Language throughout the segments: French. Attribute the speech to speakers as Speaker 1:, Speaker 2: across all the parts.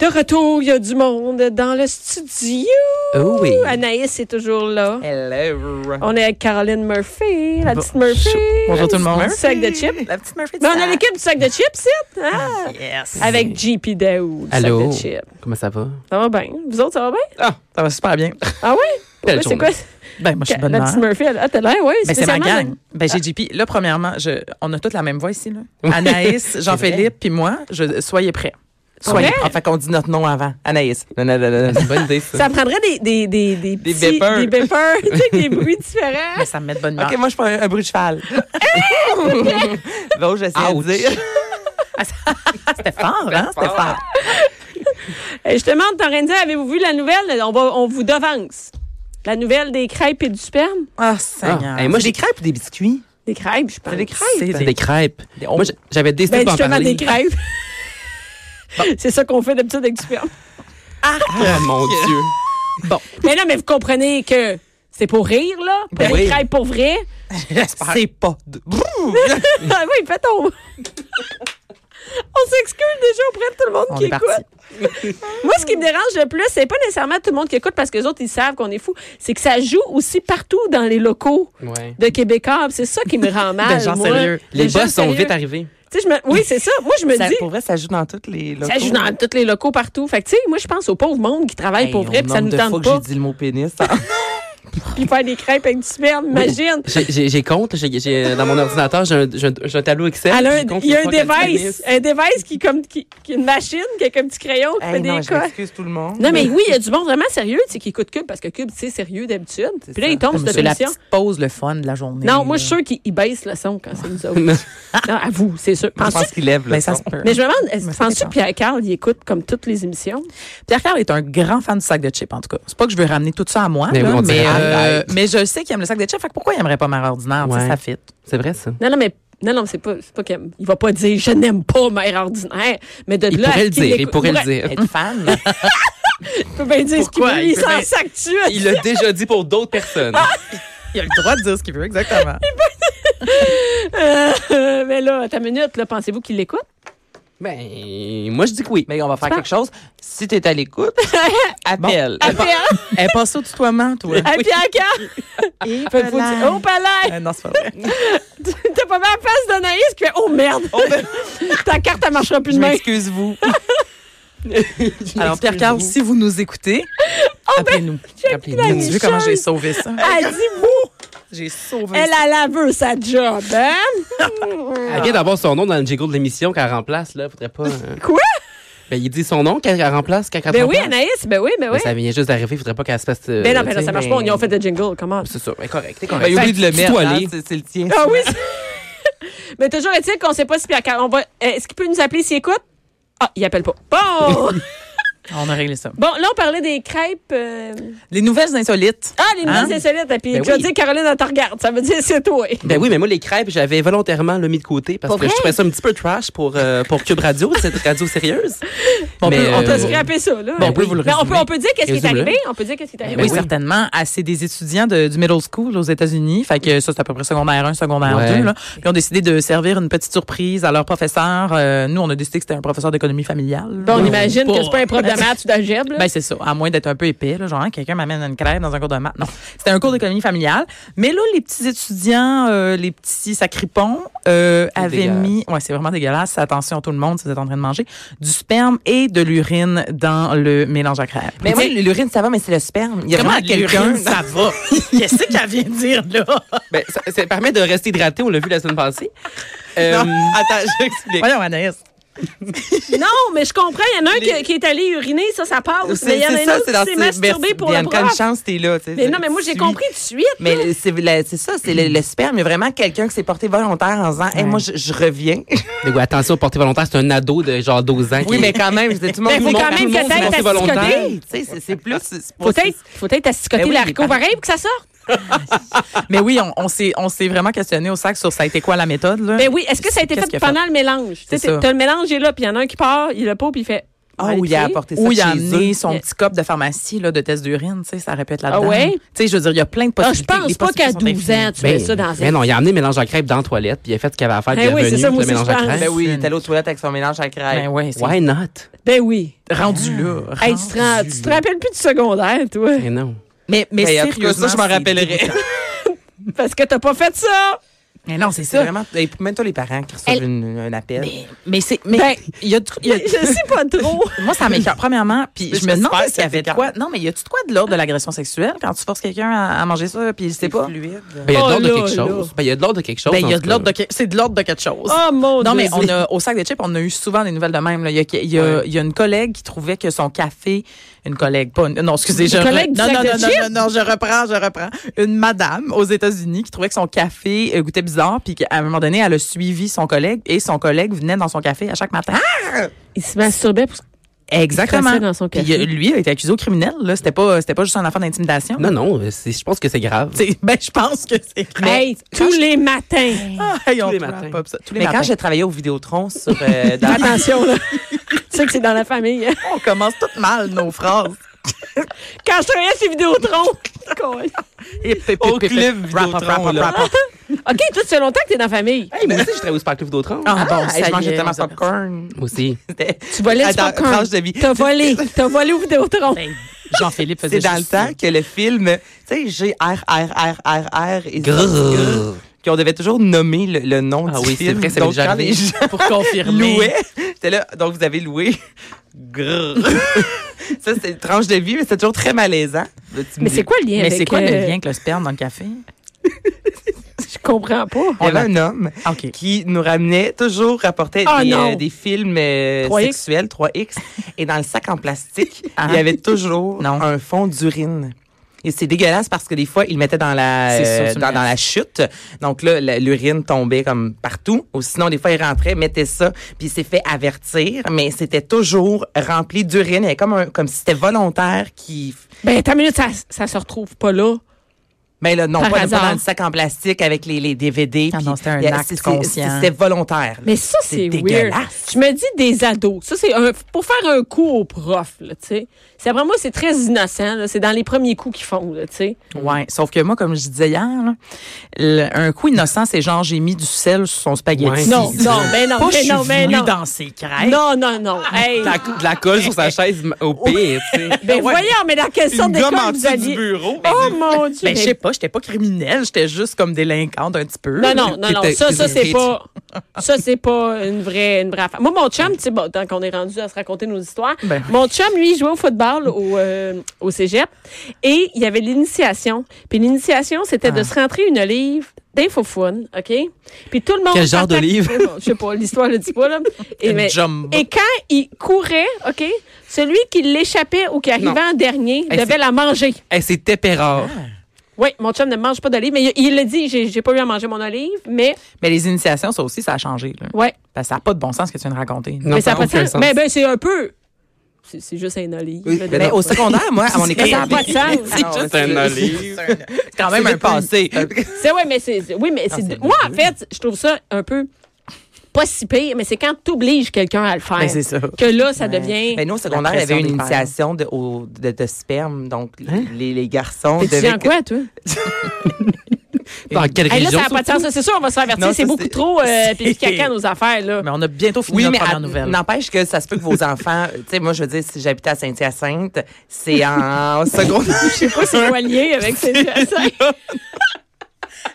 Speaker 1: De retour, il y a du monde dans le studio.
Speaker 2: Oh oui. Eh.
Speaker 1: Anaïs est toujours là.
Speaker 2: Hello.
Speaker 1: On est avec Caroline Murphy, la petite Murphy.
Speaker 2: Bonjour tout le monde.
Speaker 1: Du sac de chips.
Speaker 3: La petite Murphy.
Speaker 1: Ben, on a l'équipe du sac de chips, c'est? Ah.
Speaker 3: Yes.
Speaker 1: Avec JP Daou, du sac
Speaker 2: Allô.
Speaker 1: de chips.
Speaker 2: Comment ça va?
Speaker 1: Ça va bien? Vous autres, ça va bien?
Speaker 3: Ah, ça va super bien.
Speaker 1: Ah oui?
Speaker 2: Belle
Speaker 1: Ouais, c'est
Speaker 2: journée.
Speaker 1: quoi?
Speaker 3: Ben, moi, je suis bonne
Speaker 1: la
Speaker 3: mère.
Speaker 1: petite Murphy, elle, ah, t'as l'air, oui.
Speaker 3: Ben, c'est ma
Speaker 1: spécialement,
Speaker 3: gang. Ben, j'ai JP. Là, premièrement, je, on a toutes la même voix ici. Là. Anaïs, Jean-Philippe, puis moi, je, soyez prêts. Soyez
Speaker 1: Prêt?
Speaker 3: prêts. Fait qu'on dit notre nom avant. Anaïs. Non, non, non, non, non.
Speaker 2: C'est une bonne idée, ça.
Speaker 1: Ça prendrait des, des, des, des, petits,
Speaker 3: beepers.
Speaker 1: Des beepers, tu sais, des bruits différents.
Speaker 3: Ben, ça me met de bonne humeur.
Speaker 2: Ok, moi, je prends un, un bruit de cheval.
Speaker 3: L'autre, j'essaie
Speaker 2: Ouch.
Speaker 3: de dire. C'était fort, hein? C'était fort.
Speaker 1: Et je te demande, Torrenza, avez-vous vu la nouvelle? On, va, on vous devance. La nouvelle des crêpes et du sperme?
Speaker 3: Ah,
Speaker 2: Ah,
Speaker 3: Seigneur.
Speaker 2: hey, moi, j'ai des crêpes ou des biscuits?
Speaker 1: Des crêpes, je pense.
Speaker 3: C'est des crêpes.
Speaker 2: C'est des crêpes.
Speaker 3: Des-
Speaker 2: Moi, j'- j'avais
Speaker 1: Ben,
Speaker 2: décidé de pas en
Speaker 1: justement,
Speaker 2: parler.
Speaker 1: des crêpes. C'est ça qu'on fait d'habitude avec du sperme.
Speaker 2: Ah, mon Dieu.
Speaker 1: Mais non, mais vous comprenez que c'est pour rire, là. Pour
Speaker 2: Ben
Speaker 1: les
Speaker 2: oui.
Speaker 1: crêpes pour vrai.
Speaker 3: J'espère. C'est pas. de- Brrr!
Speaker 1: ah oui, fais ton. On s'excuse déjà auprès de tout le monde
Speaker 3: On
Speaker 1: qui
Speaker 3: est parti.
Speaker 1: écoute. Moi, ce qui me dérange le plus, c'est pas nécessairement tout le monde qui écoute parce que les autres, ils savent qu'on est fous. C'est que ça joue aussi partout dans les locaux
Speaker 2: Ouais.
Speaker 1: de Québécois. C'est ça qui me rend mal.
Speaker 3: Des gens
Speaker 1: Ben, moi.
Speaker 3: sérieux.
Speaker 1: Des
Speaker 2: Ben, Les
Speaker 1: gens
Speaker 2: boss sont
Speaker 1: sérieux.
Speaker 2: vite arrivés.
Speaker 1: Tu sais, je me- Oui, c'est ça. Moi, je me
Speaker 3: Ça-
Speaker 1: dis.
Speaker 3: Pour vrai, ça joue dans toutes les.
Speaker 1: Ça
Speaker 3: locaux.
Speaker 1: joue dans tous les locaux partout. Fait que, tu sais, moi, je pense au pauvre monde qui travaille
Speaker 3: Hey,
Speaker 1: pour vrai,
Speaker 3: au
Speaker 1: puis ça
Speaker 3: nombre
Speaker 1: nous
Speaker 3: de fois
Speaker 1: tente
Speaker 3: que
Speaker 1: pas.
Speaker 3: j'ai dit le mot pénis. ça-
Speaker 1: Puis faire des crêpes avec du sperme, imagine.
Speaker 2: J'ai- J'ai j'ai compte. j'ai- j'ai- Dans mon ordinateur, j'ai un, j'ai un- j'ai un tableau Excel.
Speaker 1: Elle a
Speaker 2: qui
Speaker 1: un-
Speaker 2: compte
Speaker 1: il y a
Speaker 2: les
Speaker 1: un
Speaker 2: fois qu'elle
Speaker 1: device,
Speaker 2: finisse.
Speaker 1: un device qui, comme, qui, qui est une machine, qui a un petit crayon, qui fait
Speaker 3: Hey,
Speaker 1: des
Speaker 3: non, je
Speaker 1: codes.
Speaker 3: m'excuse tout le monde.
Speaker 1: Non, mais oui, il y a du monde vraiment sérieux tu sais, qui écoute Cube parce que Cube, c'est sérieux d'habitude. Puis là,
Speaker 3: ça.
Speaker 1: ils tombent sur
Speaker 3: Comme C'est la
Speaker 1: l'émission.
Speaker 3: petite pause, le fun de la journée.
Speaker 1: Non, moi, je suis
Speaker 3: là.
Speaker 1: sûre qu'ils ils baissent le son quand c'est nous autres. non, à vous, c'est sûr.
Speaker 3: Je
Speaker 1: Penses-tu-
Speaker 3: pense qu'il lève le
Speaker 2: Ben,
Speaker 3: son.
Speaker 2: ça
Speaker 1: mais je me demande, est-ce-
Speaker 3: Mais ça
Speaker 1: penses-tu que
Speaker 3: dépend.
Speaker 1: Pierre-Carl, il écoute comme toutes les émissions?
Speaker 3: Pierre Carl est un grand fan du sac de chips, en tout cas. C'est pas que je veux ramener tout ça à moi, là,
Speaker 2: Mais
Speaker 3: mais,
Speaker 2: oui, on dirait,
Speaker 3: euh,
Speaker 2: arrête.
Speaker 3: mais je sais qu'il aime le sac de chips. Fait que pourquoi il aimerait pas Mère Ordinaire? Tu sais,
Speaker 2: Ouais.
Speaker 3: Ça fit.
Speaker 2: C'est vrai, ça.
Speaker 1: Non, non, mais. Non, non, c'est pas, c'est pas qu'il aime- il va pas dire je n'aime pas mère ordinaire, mais de
Speaker 2: Il
Speaker 1: là. à
Speaker 2: pourrait le
Speaker 1: ce qu'il
Speaker 2: dire. Il
Speaker 1: l'écoute-
Speaker 2: pourrait le
Speaker 1: Ouais,
Speaker 2: dire.
Speaker 3: Être fan.
Speaker 1: Il peut bien dire ce qu'il
Speaker 2: Pourquoi?
Speaker 1: veut,
Speaker 2: Il
Speaker 1: il
Speaker 2: peut
Speaker 1: s'en
Speaker 2: bien-
Speaker 1: s'actue.
Speaker 2: Il l'a déjà dit pour d'autres personnes.
Speaker 3: il a le droit de dire ce qu'il veut, exactement.
Speaker 1: Euh, mais là, ta minute, là, pensez-vous qu'il l'écoute?
Speaker 2: Ben, moi, je dis que oui.
Speaker 3: Mais on va faire quelque chose. Si t'es à l'écoute, appelle.
Speaker 2: Ah,
Speaker 1: À
Speaker 2: bah-
Speaker 1: Pierre,
Speaker 3: Elle passe au tutoiement, toi.
Speaker 1: à Pierre-Carl.
Speaker 3: Et
Speaker 1: Faites-vous dire, oh, palais!
Speaker 3: Euh, non, c'est pas vrai.
Speaker 1: T'as pas vu la face d'Anaïs qui fait, oh merde!
Speaker 2: ben-
Speaker 1: Ta carte, elle marchera plus
Speaker 3: Je
Speaker 1: demain.
Speaker 3: m'excuse-vous. Alors, Pierre Carl, si vous Ah, ben, nous écoutez, appelez-nous.
Speaker 1: la
Speaker 3: Appelez-nous. Tu veux comment j'ai sauvé ça?
Speaker 1: Oh, ben, Elle dit, vous,
Speaker 3: J'ai sauvé
Speaker 1: elle, elle la veut, sa job, hein?
Speaker 2: Elle vient d'avoir son nom dans le jingle de l'émission qu'elle remplace, là. Faudrait pas. euh,
Speaker 1: Quoi?
Speaker 2: Ben, il dit son nom qu'elle qu'elle remplace, qu'elle qu'elle
Speaker 1: Ben oui,
Speaker 2: remplace.
Speaker 1: Anaïs, ben oui, ben oui.
Speaker 2: Ben, ça vient juste d'arriver, faudrait pas qu'elle se fasse. euh,
Speaker 1: Ben non,
Speaker 2: tu
Speaker 1: ben non,
Speaker 2: sais,
Speaker 1: ça marche
Speaker 2: ben,
Speaker 1: pas, ils ont fait des jingles, comment?
Speaker 2: C'est ça, ben correct, t'es
Speaker 3: Ben,
Speaker 2: correct.
Speaker 3: il oublie de le mettre.
Speaker 2: tutoie-les.
Speaker 3: hein, c'est- C'est le tien.
Speaker 1: Ah oui! c'est- Mais toujours est-il qu'on sait pas si Pierre-Carl, on va, euh, est-ce qu'il peut nous appeler s'il écoute? Ah, il appelle pas. Bon!
Speaker 3: On a réglé ça.
Speaker 1: bon, là, on parlait des crêpes. euh,
Speaker 3: Les nouvelles insolites.
Speaker 1: Ah, les nouvelles
Speaker 3: Hein?
Speaker 1: insolites. Et puis,
Speaker 2: Ben
Speaker 1: tu vas
Speaker 2: oui.
Speaker 1: dire, Caroline, elle te regarde. Ça veut dire, c'est toi.
Speaker 2: Ben oui, mais moi, les crêpes, j'avais volontairement le mis de côté parce
Speaker 1: Pour
Speaker 2: que je
Speaker 1: vrai?
Speaker 2: trouvais ça un petit peu trash pour, euh, pour Cube Radio, cette radio sérieuse.
Speaker 3: On
Speaker 2: Mais,
Speaker 3: peut- ben, on
Speaker 1: On
Speaker 2: euh,
Speaker 1: peut scraper ça, là.
Speaker 2: Bon, on peut vous le
Speaker 1: Mais on peut,
Speaker 2: résumer.
Speaker 1: on peut dire qu'est-ce qui est
Speaker 2: Résume-le.
Speaker 1: arrivé. On peut dire qu'est-ce qui est
Speaker 3: Ben
Speaker 1: arrivé.
Speaker 3: oui,
Speaker 2: oui.
Speaker 3: certainement. Ah, c'est des étudiants de- du middle school aux États-Unis. Fait que ça, c'est à peu près secondaire 1, secondaire
Speaker 2: Ouais.
Speaker 3: 2. Là. Ils ont décidé de servir une petite surprise à leur professeur. Euh, nous, on a décidé que c'était un professeur d'économie familiale.
Speaker 1: Bon, on
Speaker 3: Pour-
Speaker 1: imagine que
Speaker 3: pour-
Speaker 1: c'est pas un prof de maths ou d'algèbre. là.
Speaker 3: Ben, c'est ça. À moins d'être un peu épais, là, genre, hein, quelqu'un m'amène une crêpe dans un cours de maths. Non. C'était un
Speaker 1: Mm.
Speaker 3: cours d'économie familiale. Mais là, les petits étudiants, euh, les petits sacripons, euh,
Speaker 2: C'est
Speaker 3: avaient
Speaker 2: dégueulasse.
Speaker 3: mis, ouais, c'est vraiment dégueulasse. Attention tout le monde si vous êtes en train de manger, du sperme et de l'urine dans le mélange à crêpe.
Speaker 1: Mais moi,
Speaker 3: l'urine, ça va, mais c'est le sperme. Il y
Speaker 2: a vraiment quelqu'un-
Speaker 3: ça va. Qu'est-ce qu'elle vient de dire, là?
Speaker 2: Ben, ça, ça permet de rester hydraté, on l'a vu la semaine passée. Euh, attends, je vais expliquer.
Speaker 3: Voyons, Anaïs.
Speaker 1: Non, mais je comprends. Il y en a un qui, qui est allé uriner, ça, ça passe. Mais
Speaker 3: C'est
Speaker 1: il y en a
Speaker 3: c'est
Speaker 1: un
Speaker 3: ça,
Speaker 1: autre
Speaker 3: c'est dans
Speaker 1: qui s'est masturbé pour le
Speaker 3: Bianca, une
Speaker 1: prof.
Speaker 3: chance, t'es là. tu sais,
Speaker 1: Mais non, mais moi,
Speaker 3: tu
Speaker 1: j'ai
Speaker 3: suis.
Speaker 1: compris tout de suite.
Speaker 3: Mais le- c'est la- c'est ça, c'est le, le sperme. Il y a vraiment quelqu'un qui s'est porté volontaire en disant Hey, moi, je, je reviens.
Speaker 2: Mais oui, attention, porter volontaire, c'est un ado de genre 12 ans.
Speaker 3: oui, mais quand même, je disais, tout le monde.
Speaker 1: Mais faut
Speaker 3: tout le
Speaker 1: quand même
Speaker 3: monde- tout le monde
Speaker 1: que
Speaker 3: s'est
Speaker 1: t'aies
Speaker 3: porté
Speaker 1: ta psychotique.
Speaker 3: volontaire. Tu sais, c'est- C'est plus. c'est pas-
Speaker 1: Faut être, faut être à
Speaker 3: Ben
Speaker 1: sicoter
Speaker 3: oui,
Speaker 1: la l'arco
Speaker 3: par-
Speaker 1: pareil pour que ça sorte.
Speaker 3: Mais oui, on, on s'est on s'est vraiment questionné au sac sur ça a été quoi la méthode. Là.
Speaker 1: Ben oui, est-ce que ça a été
Speaker 3: Qu'est-ce
Speaker 1: fait
Speaker 3: qu'il a
Speaker 1: pendant le mélange? Tu
Speaker 3: C'est
Speaker 1: sais,
Speaker 3: ça.
Speaker 1: t'as le mélange, il est là, puis il y en a un qui part, il le pas, puis il fait. on va
Speaker 3: Ah, où
Speaker 1: aller
Speaker 3: il a
Speaker 1: trier.
Speaker 3: apporté ça Ou il chez a amené eux.
Speaker 1: Yeah.
Speaker 3: son petit cop de pharmacie là, de test d'urine, tu sais, ça aurait pu être là-dedans.
Speaker 1: Ah ouais?
Speaker 3: Tu sais, je veux dire, il y a plein de
Speaker 1: Ah, je
Speaker 3: possibilités.
Speaker 1: pense
Speaker 3: Les
Speaker 1: pas qu'à
Speaker 3: possibilités sont
Speaker 1: 12 ans,
Speaker 3: infinies.
Speaker 1: tu
Speaker 2: Ben,
Speaker 1: mets ça dans
Speaker 2: mais
Speaker 1: un.
Speaker 2: non, il a amené mélange à crêpes dans la toilette, puis il a fait ce qu'il avait à faire, puis
Speaker 1: Eh
Speaker 2: il est
Speaker 1: oui, c'est
Speaker 2: revenu,
Speaker 1: ça,
Speaker 2: puis
Speaker 1: moi
Speaker 2: le
Speaker 1: aussi,
Speaker 2: mélange
Speaker 1: je
Speaker 2: à
Speaker 1: pense.
Speaker 2: crêpes.
Speaker 3: Ben oui, t'es allé aux toilettes avec son mélange à crêpes. Ah. Ben ouais, c'est
Speaker 2: Why not?
Speaker 1: Ben oui.
Speaker 3: rendu là.
Speaker 1: Hey, tu, te rends- tu te rappelles plus du secondaire, toi?
Speaker 2: Mais non.
Speaker 3: Mais, mais
Speaker 4: Ben, en tout cas,
Speaker 3: sérieusement,
Speaker 4: ça, je m'en
Speaker 3: c'est
Speaker 4: rappellerai.
Speaker 3: dégoûtant.
Speaker 1: Parce que t'as pas fait ça!
Speaker 3: Mais non, c'est
Speaker 4: C'est
Speaker 3: ça.
Speaker 4: vraiment. et Même toi, les parents qui reçoivent
Speaker 3: Elle-
Speaker 4: une- un appel.
Speaker 3: Mais, mais c'est. Mais
Speaker 1: Ben,
Speaker 3: il y a, du- il y a-
Speaker 1: Je sais pas trop.
Speaker 3: moi, ça m'écoeure, Premièrement, puis
Speaker 4: Mais
Speaker 3: je me demande
Speaker 4: j'espère
Speaker 3: s'il y
Speaker 4: que
Speaker 3: avait
Speaker 4: c'est
Speaker 3: de quoi. Non, mais y a-tu de quoi de l'ordre de l'agression sexuelle quand tu forces quelqu'un à, à manger ça puis il sait pas?
Speaker 4: fluide.
Speaker 2: Ben, il y a de
Speaker 1: Oh
Speaker 2: l'ordre de
Speaker 1: là,
Speaker 2: quelque chose. Ben, il y a de l'ordre de quelque chose.
Speaker 3: Ben, il
Speaker 2: en
Speaker 3: y a de
Speaker 2: tout
Speaker 3: l'ordre
Speaker 2: cas.
Speaker 3: de que- c'est de l'ordre de quelque chose.
Speaker 1: Oh mon
Speaker 3: Non,
Speaker 1: dieu.
Speaker 3: mais on a, au sac des chips, on a eu souvent des nouvelles de même. là. Il y, a, il y a- il y a une collègue qui trouvait que son café. Une collègue, pas une- Non, excusez, je.
Speaker 1: collègue du
Speaker 3: non,
Speaker 1: sac
Speaker 3: non,
Speaker 1: de
Speaker 3: non, non,
Speaker 1: chips?
Speaker 3: non, non, je reprends, je reprends. Une madame aux États-Unis qui trouvait que son café euh, goûtait bizarre, puis qu'à un moment donné, elle a suivi son collègue et son collègue venait dans son café à chaque matin.
Speaker 1: Il se masturbait pour
Speaker 3: Exactement.
Speaker 1: crassait dans son
Speaker 3: Puis
Speaker 1: café.
Speaker 3: euh, lui, il a été accusé au criminel. là. C'était pas, c'était pas juste un affaire d'intimidation.
Speaker 2: Non, non, euh, c'est- je pense que c'est grave.
Speaker 3: C'est- Ben, je pense que c'est.
Speaker 1: Hey, tous les matins.
Speaker 3: Ah, hey, on
Speaker 2: les
Speaker 3: prend
Speaker 2: matins.
Speaker 3: pas ça. Tous les
Speaker 4: Mais quand
Speaker 3: matins.
Speaker 4: j'ai travaillé au Vidéotron sur. euh, dans-
Speaker 1: Attention, là. tu sais que c'est dans la famille. hein.
Speaker 3: on commence toutes mal nos phrases.
Speaker 1: Quand je travaillais sur Vidéotron. Cool.
Speaker 4: Au club
Speaker 3: Rap, rap, rap,
Speaker 4: Vidéotron. là.
Speaker 3: rap, rap.
Speaker 1: OK, toi, tu fais longtemps que t'es dans la famille.
Speaker 2: Hey, moi aussi, j'ai travaillé au Sparkle d'autres ans.
Speaker 3: Ah, bon,
Speaker 4: Ah,
Speaker 3: ça
Speaker 4: je
Speaker 3: y
Speaker 4: mangeais
Speaker 3: est,
Speaker 4: tellement
Speaker 3: on
Speaker 4: de
Speaker 3: s'en-
Speaker 4: popcorn.
Speaker 2: Moi aussi.
Speaker 4: C'était-
Speaker 1: Tu volais le
Speaker 4: Attends,
Speaker 1: popcorn.
Speaker 4: tranche de vie.
Speaker 1: T'as volé. T'as volé au Vidéotron.
Speaker 3: Ben, Jean-Philippe faisait
Speaker 4: C'est dans le
Speaker 3: juste
Speaker 4: temps que le film, tu sais, G, R, R, R, R, R, et
Speaker 2: Grrr.
Speaker 4: Puis on devait toujours nommer le, le nom
Speaker 2: Ah
Speaker 4: du
Speaker 2: oui, c'est
Speaker 4: film.
Speaker 2: vrai, ça m'est
Speaker 4: Donc,
Speaker 2: déjà
Speaker 4: quand les
Speaker 2: arrivé.
Speaker 4: gens
Speaker 3: ça. pour confirmer.
Speaker 4: louaient, j'étais là, donc vous avez loué. Grrr. ça, c'est une tranche de vie, mais c'est toujours très malaisant. Mais, tu me
Speaker 1: Mais
Speaker 4: dis-
Speaker 1: c'est quoi le lien
Speaker 3: Mais
Speaker 1: avec
Speaker 3: c'est quoi le
Speaker 1: euh,
Speaker 3: lien avec le sperme dans le café? Eh ben,
Speaker 1: Je comprends pas.
Speaker 4: Il y avait un homme
Speaker 3: OK.
Speaker 4: qui nous ramenait, toujours rapportait
Speaker 1: Ah,
Speaker 4: des,
Speaker 1: non.
Speaker 4: euh, des films euh,
Speaker 1: 3X.
Speaker 4: sexuels, 3X. et dans le sac en plastique,
Speaker 3: Ah.
Speaker 4: il y avait toujours
Speaker 3: Non.
Speaker 4: un fond d'urine. Et c'est dégueulasse parce que des fois, ils le mettaient dans la,
Speaker 3: C'est sûr,
Speaker 4: euh,
Speaker 3: c'est
Speaker 4: dans,
Speaker 3: dégueulasse.
Speaker 4: dans la chute. Donc là, la- l'urine tombait comme partout. Ou sinon, des fois, ils rentraient, mettaient ça, puis il s'est fait avertir. Mais c'était toujours rempli d'urine. Il y avait Comme, un- comme si c'était volontaire qui...
Speaker 1: Ben, ta minute, ça, ça se retrouve pas là.
Speaker 4: Mais là, non,
Speaker 1: Par
Speaker 4: pas, pas
Speaker 1: hasard.
Speaker 4: dans le sac en plastique avec les, les DVD.
Speaker 3: Ah
Speaker 4: puis-
Speaker 3: non, c'était un
Speaker 4: il y a-
Speaker 3: acte
Speaker 4: c'est- c'est-
Speaker 3: conscient.
Speaker 4: C'était volontaire. là.
Speaker 1: Mais ça, c'est weird.
Speaker 4: dégueulasse.
Speaker 1: Je me dis des ados. Ça, c'est un- pour faire un coup au prof, là, tu sais. C'est vraiment, moi, c'est très innocent, là. C'est dans les premiers coups qu'ils font, là, tu sais.
Speaker 3: Ouais. Sauf que moi, comme je disais hier, là, le- un coup innocent, c'est genre j'ai mis du sel sur son spaghetti.
Speaker 2: Ouais.
Speaker 1: Non, non, ben non,
Speaker 3: Pas je
Speaker 1: ben
Speaker 3: suis
Speaker 1: non, ben
Speaker 3: venue
Speaker 1: non.
Speaker 3: dans ses crêpes.
Speaker 1: Non, non, non. Hey.
Speaker 2: De la, de la colle sur sa chaise m- au pire, tu sais.
Speaker 1: Ben voyons, mais dans quelle sorte
Speaker 4: une gomme en
Speaker 1: d'école vous
Speaker 4: dessous
Speaker 1: alliez?
Speaker 4: du bureau.
Speaker 1: Oh mon Dieu!
Speaker 3: Ben, je sais pas, j'étais pas criminelle, j'étais juste comme délinquante un petit peu.
Speaker 1: Non, non, non, non.
Speaker 2: T'étais-
Speaker 1: Ça, ça, c'est
Speaker 2: t'étais-
Speaker 1: pas. Ça, c'est pas une vraie, une vraie affaire. Moi, mon chum, tu sais, bon, tant qu'on est rendu à se raconter nos histoires,
Speaker 3: Ben.
Speaker 1: mon chum, lui, il jouait au football au, euh, au cégep et il y avait l'initiation. Puis l'initiation, c'était
Speaker 2: Ah.
Speaker 1: de se rentrer une olive d'infofoun, OK? Puis tout le monde.
Speaker 2: Quel genre
Speaker 1: partait-
Speaker 2: d'olive?
Speaker 1: Je sais pas, l'histoire le dit pas, là. Et,
Speaker 3: Une
Speaker 1: mais-
Speaker 3: jumbo.
Speaker 1: et quand il courait, OK? Celui qui l'échappait ou qui arrivait en dernier
Speaker 2: Hey,
Speaker 1: devait
Speaker 2: c'est-
Speaker 1: la manger.
Speaker 2: Hey, c'est épais rare.
Speaker 1: Oui, mon chum ne mange pas d'olive, mais il- il l'a dit, j'ai j'ai pas eu à manger mon olive, mais
Speaker 3: Mais les initiations, ça aussi, ça a changé. Là.
Speaker 1: ouais.
Speaker 3: Parce que ça n'a pas de bon sens ce que tu viens de raconter.
Speaker 2: Non,
Speaker 1: mais ça n'a pas de
Speaker 2: aucun
Speaker 1: sens. Mais ben, c'est un peu. C'est c'est juste un olive. là,
Speaker 4: Mais
Speaker 1: dedans.
Speaker 4: au secondaire, moi, à mon école,
Speaker 1: ça n'a pas de sens.
Speaker 4: C'est juste un
Speaker 2: olive.
Speaker 3: C'est quand
Speaker 4: même un
Speaker 3: passé.
Speaker 4: passé.
Speaker 1: C'est ouais, mais c'est. c'est- Oui, mais Ah, c'est. Moi, en fait, je trouve ça un peu pas si pire, mais c'est quand tu obliges quelqu'un à le faire.
Speaker 3: Ben, c'est ça.
Speaker 1: Que là, ça devient.
Speaker 4: Ben, nous, au secondaire, il y
Speaker 3: pression
Speaker 4: avait une
Speaker 3: des parents. Hein?
Speaker 4: initiation de, au- de, de sperme. Donc, les, les garçons
Speaker 1: T'es
Speaker 4: devaient.
Speaker 1: étudiant en quoi, toi?
Speaker 2: Dans quelle
Speaker 1: Hey, là,
Speaker 2: région?
Speaker 1: ça n'a pas de sens. C'est sûr, on va se faire avertir.
Speaker 4: Non,
Speaker 1: C'est
Speaker 4: ça,
Speaker 1: beaucoup
Speaker 4: c'est-
Speaker 1: trop euh, pipi caca, nos affaires, là.
Speaker 3: Mais on a bientôt fini
Speaker 4: Oui,
Speaker 3: notre
Speaker 4: mais
Speaker 3: première
Speaker 4: à-
Speaker 3: nouvelle.
Speaker 4: n'empêche que ça se peut que vos enfants. euh, Tu sais, moi, je veux dire, si j'habitais à Saint-Hyacinthe, c'est en secondaire.
Speaker 1: Je sais pas si c'est quoi le lien avec ces.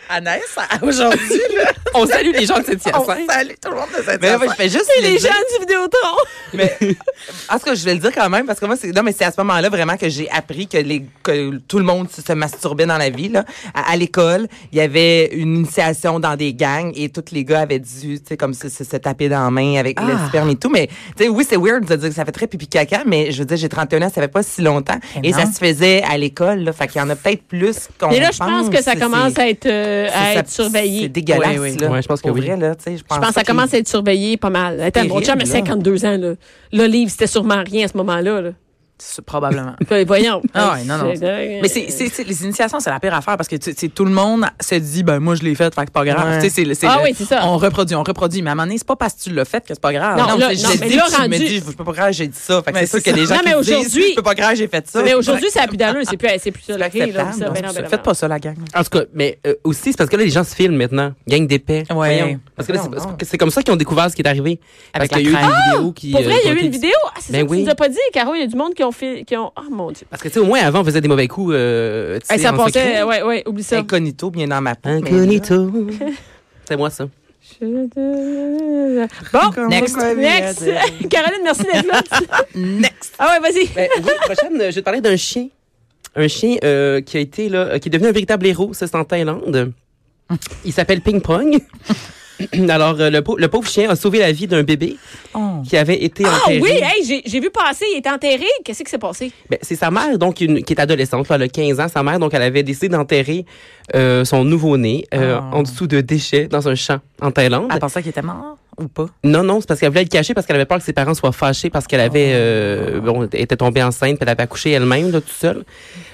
Speaker 4: Anaïs, à- aujourd'hui, là,
Speaker 3: On salue les gens de cette
Speaker 1: Ah
Speaker 4: on salue tout le monde de cette
Speaker 3: Mais
Speaker 1: Ben
Speaker 3: ouais,
Speaker 4: affaire.
Speaker 3: je fais juste
Speaker 1: Et les
Speaker 3: le
Speaker 1: gens
Speaker 3: dire.
Speaker 1: du Vidéotron.
Speaker 4: Mais en tout cas, je vais le dire quand même parce que moi, c'est non, mais c'est à ce moment-là vraiment que j'ai appris que les que tout le monde se masturbait dans la vie. Là. À, à l'école, il y avait une initiation dans des gangs et tous les gars avaient dû, tu sais, comme se, se, se taper dans la main avec le
Speaker 3: Ah.
Speaker 4: sperme et tout. Mais tu sais, oui, c'est weird de dire que ça fait très pipi caca, mais je veux dire, j'ai 31 ans, ça fait pas si longtemps
Speaker 3: Mais
Speaker 4: et
Speaker 3: non.
Speaker 4: ça se faisait à l'école. Là, fait qu'il y en a peut-être plus qu'on
Speaker 1: Eh Mais là, je pense que ça
Speaker 4: C'est-
Speaker 1: commence à être, euh, à
Speaker 4: c'est- ça-
Speaker 1: être surveillé.
Speaker 4: C'est dégueulasse.
Speaker 3: Oui, oui.
Speaker 4: Là,
Speaker 2: Ouais, je pense que
Speaker 4: Pour
Speaker 2: oui.
Speaker 4: vrai, là, tu sais, je pense
Speaker 1: Je pense que ça commence à être surveillé pas mal. Attends, mon
Speaker 4: Terrible,
Speaker 1: chum a
Speaker 4: là.
Speaker 1: 52 ans. Là. L'olive, c'était sûrement rien à ce moment-là. là.
Speaker 3: C'est- Probablement.
Speaker 1: Ben, Voyons.
Speaker 3: Ah ouais, non, non. Mais c'est, c'est, c'est- les initiations, c'est la pire affaire parce que tu- tu sais, tout le monde se dit, ben moi je l'ai faite, fait que c'est pas grave.
Speaker 4: Ouais.
Speaker 3: Tu sais, c'est, le- c'est
Speaker 1: Ah
Speaker 3: le-
Speaker 1: oui, c'est ça.
Speaker 3: On reproduit, on reproduit. Mais à un moment donné, c'est pas parce que tu l'as faite que c'est pas grave.
Speaker 1: Non,
Speaker 4: Non,
Speaker 1: là,
Speaker 4: mais je
Speaker 1: non,
Speaker 4: l'ai
Speaker 1: mais
Speaker 4: dit,
Speaker 1: là,
Speaker 4: tu me
Speaker 1: rendu-
Speaker 4: dis, je peux pas grave, j'ai dit ça. Fait que
Speaker 3: Mais
Speaker 4: c'est sûr
Speaker 3: c'est
Speaker 4: que les
Speaker 1: ça.
Speaker 4: gens
Speaker 1: Non, mais
Speaker 4: qui me disent,
Speaker 1: aujourd'hui-
Speaker 4: je peux pas grave, j'ai fait ça.
Speaker 1: Mais aujourd'hui, ça n'a plus d'allure. C'est plus, c'est plus ça.
Speaker 4: C'est
Speaker 1: le rire, là,
Speaker 4: acceptable,
Speaker 1: ça, ben non,
Speaker 4: donc
Speaker 1: ben non,
Speaker 3: hein.
Speaker 1: ben
Speaker 3: Faites pas ça, la gang.
Speaker 2: En tout cas, mais euh, aussi, c'est parce que là, les gens se filment maintenant. Gang d'épais.
Speaker 3: Ouais.
Speaker 2: Voyons. Parce que là,
Speaker 4: Non,
Speaker 2: c'est-
Speaker 4: non.
Speaker 2: c'est c'est comme ça qu'ils ont découvert ce qui est arrivé.
Speaker 3: Avec
Speaker 2: parce
Speaker 3: la
Speaker 2: qu'il y a eu
Speaker 3: crème.
Speaker 2: des vidéos qui.
Speaker 1: non. Ah! Pour vrai, il y
Speaker 2: euh,
Speaker 1: a
Speaker 2: qui ont
Speaker 1: eu une
Speaker 2: été-
Speaker 1: vidéo. Ah, c'est
Speaker 2: Ben
Speaker 1: ça que tu
Speaker 2: oui.
Speaker 1: nous as pas dit, Caro. Il y a du monde qui ont fait. Qui ont... Ah, mon Dieu.
Speaker 2: Parce que, tu sais, au moins, avant, on faisait des mauvais coups. Euh, tu
Speaker 1: Hey,
Speaker 2: sais,
Speaker 1: ça
Speaker 2: en
Speaker 1: passait.
Speaker 2: secret.
Speaker 1: Ouais, ouais, oublie ça.
Speaker 4: Incognito, bien dans ma peau. mais
Speaker 2: Incognito. c'est moi, ça.
Speaker 1: Bon,
Speaker 4: Comme
Speaker 1: next.
Speaker 4: quoi,
Speaker 1: Next.
Speaker 4: Violette.
Speaker 1: Caroline, merci d'être là.
Speaker 3: Next.
Speaker 1: Ah, ouais, vas-y.
Speaker 2: Ben, oui, prochaine, euh, je vais te parler d'un chien. Un chien euh, qui a été là, euh, qui est devenu un véritable héros, ça c'est en Thaïlande. Il s'appelle Ping Pong. Alors, euh, le, pau- le pauvre chien a sauvé la vie d'un bébé
Speaker 3: Oh.
Speaker 2: qui avait été
Speaker 1: Ah
Speaker 2: enterré.
Speaker 1: oui, hey, j'ai- j'ai vu passer, il est enterré. Qu'est-ce qui s'est passé?
Speaker 2: Ben, c'est sa mère, donc, une- qui est adolescente, là, elle a 15 ans. Sa mère, donc, elle avait décidé d'enterrer euh, son nouveau-né euh,
Speaker 3: Ah.
Speaker 2: en dessous de déchets dans un champ en Thaïlande.
Speaker 3: Elle pensait qu'il était mort ou pas?
Speaker 2: Non, non, c'est parce qu'elle voulait le cacher parce qu'elle avait peur que ses parents soient fâchés parce qu'elle avait euh, bon, était tombée enceinte puis elle avait accouché elle-même là, toute seule.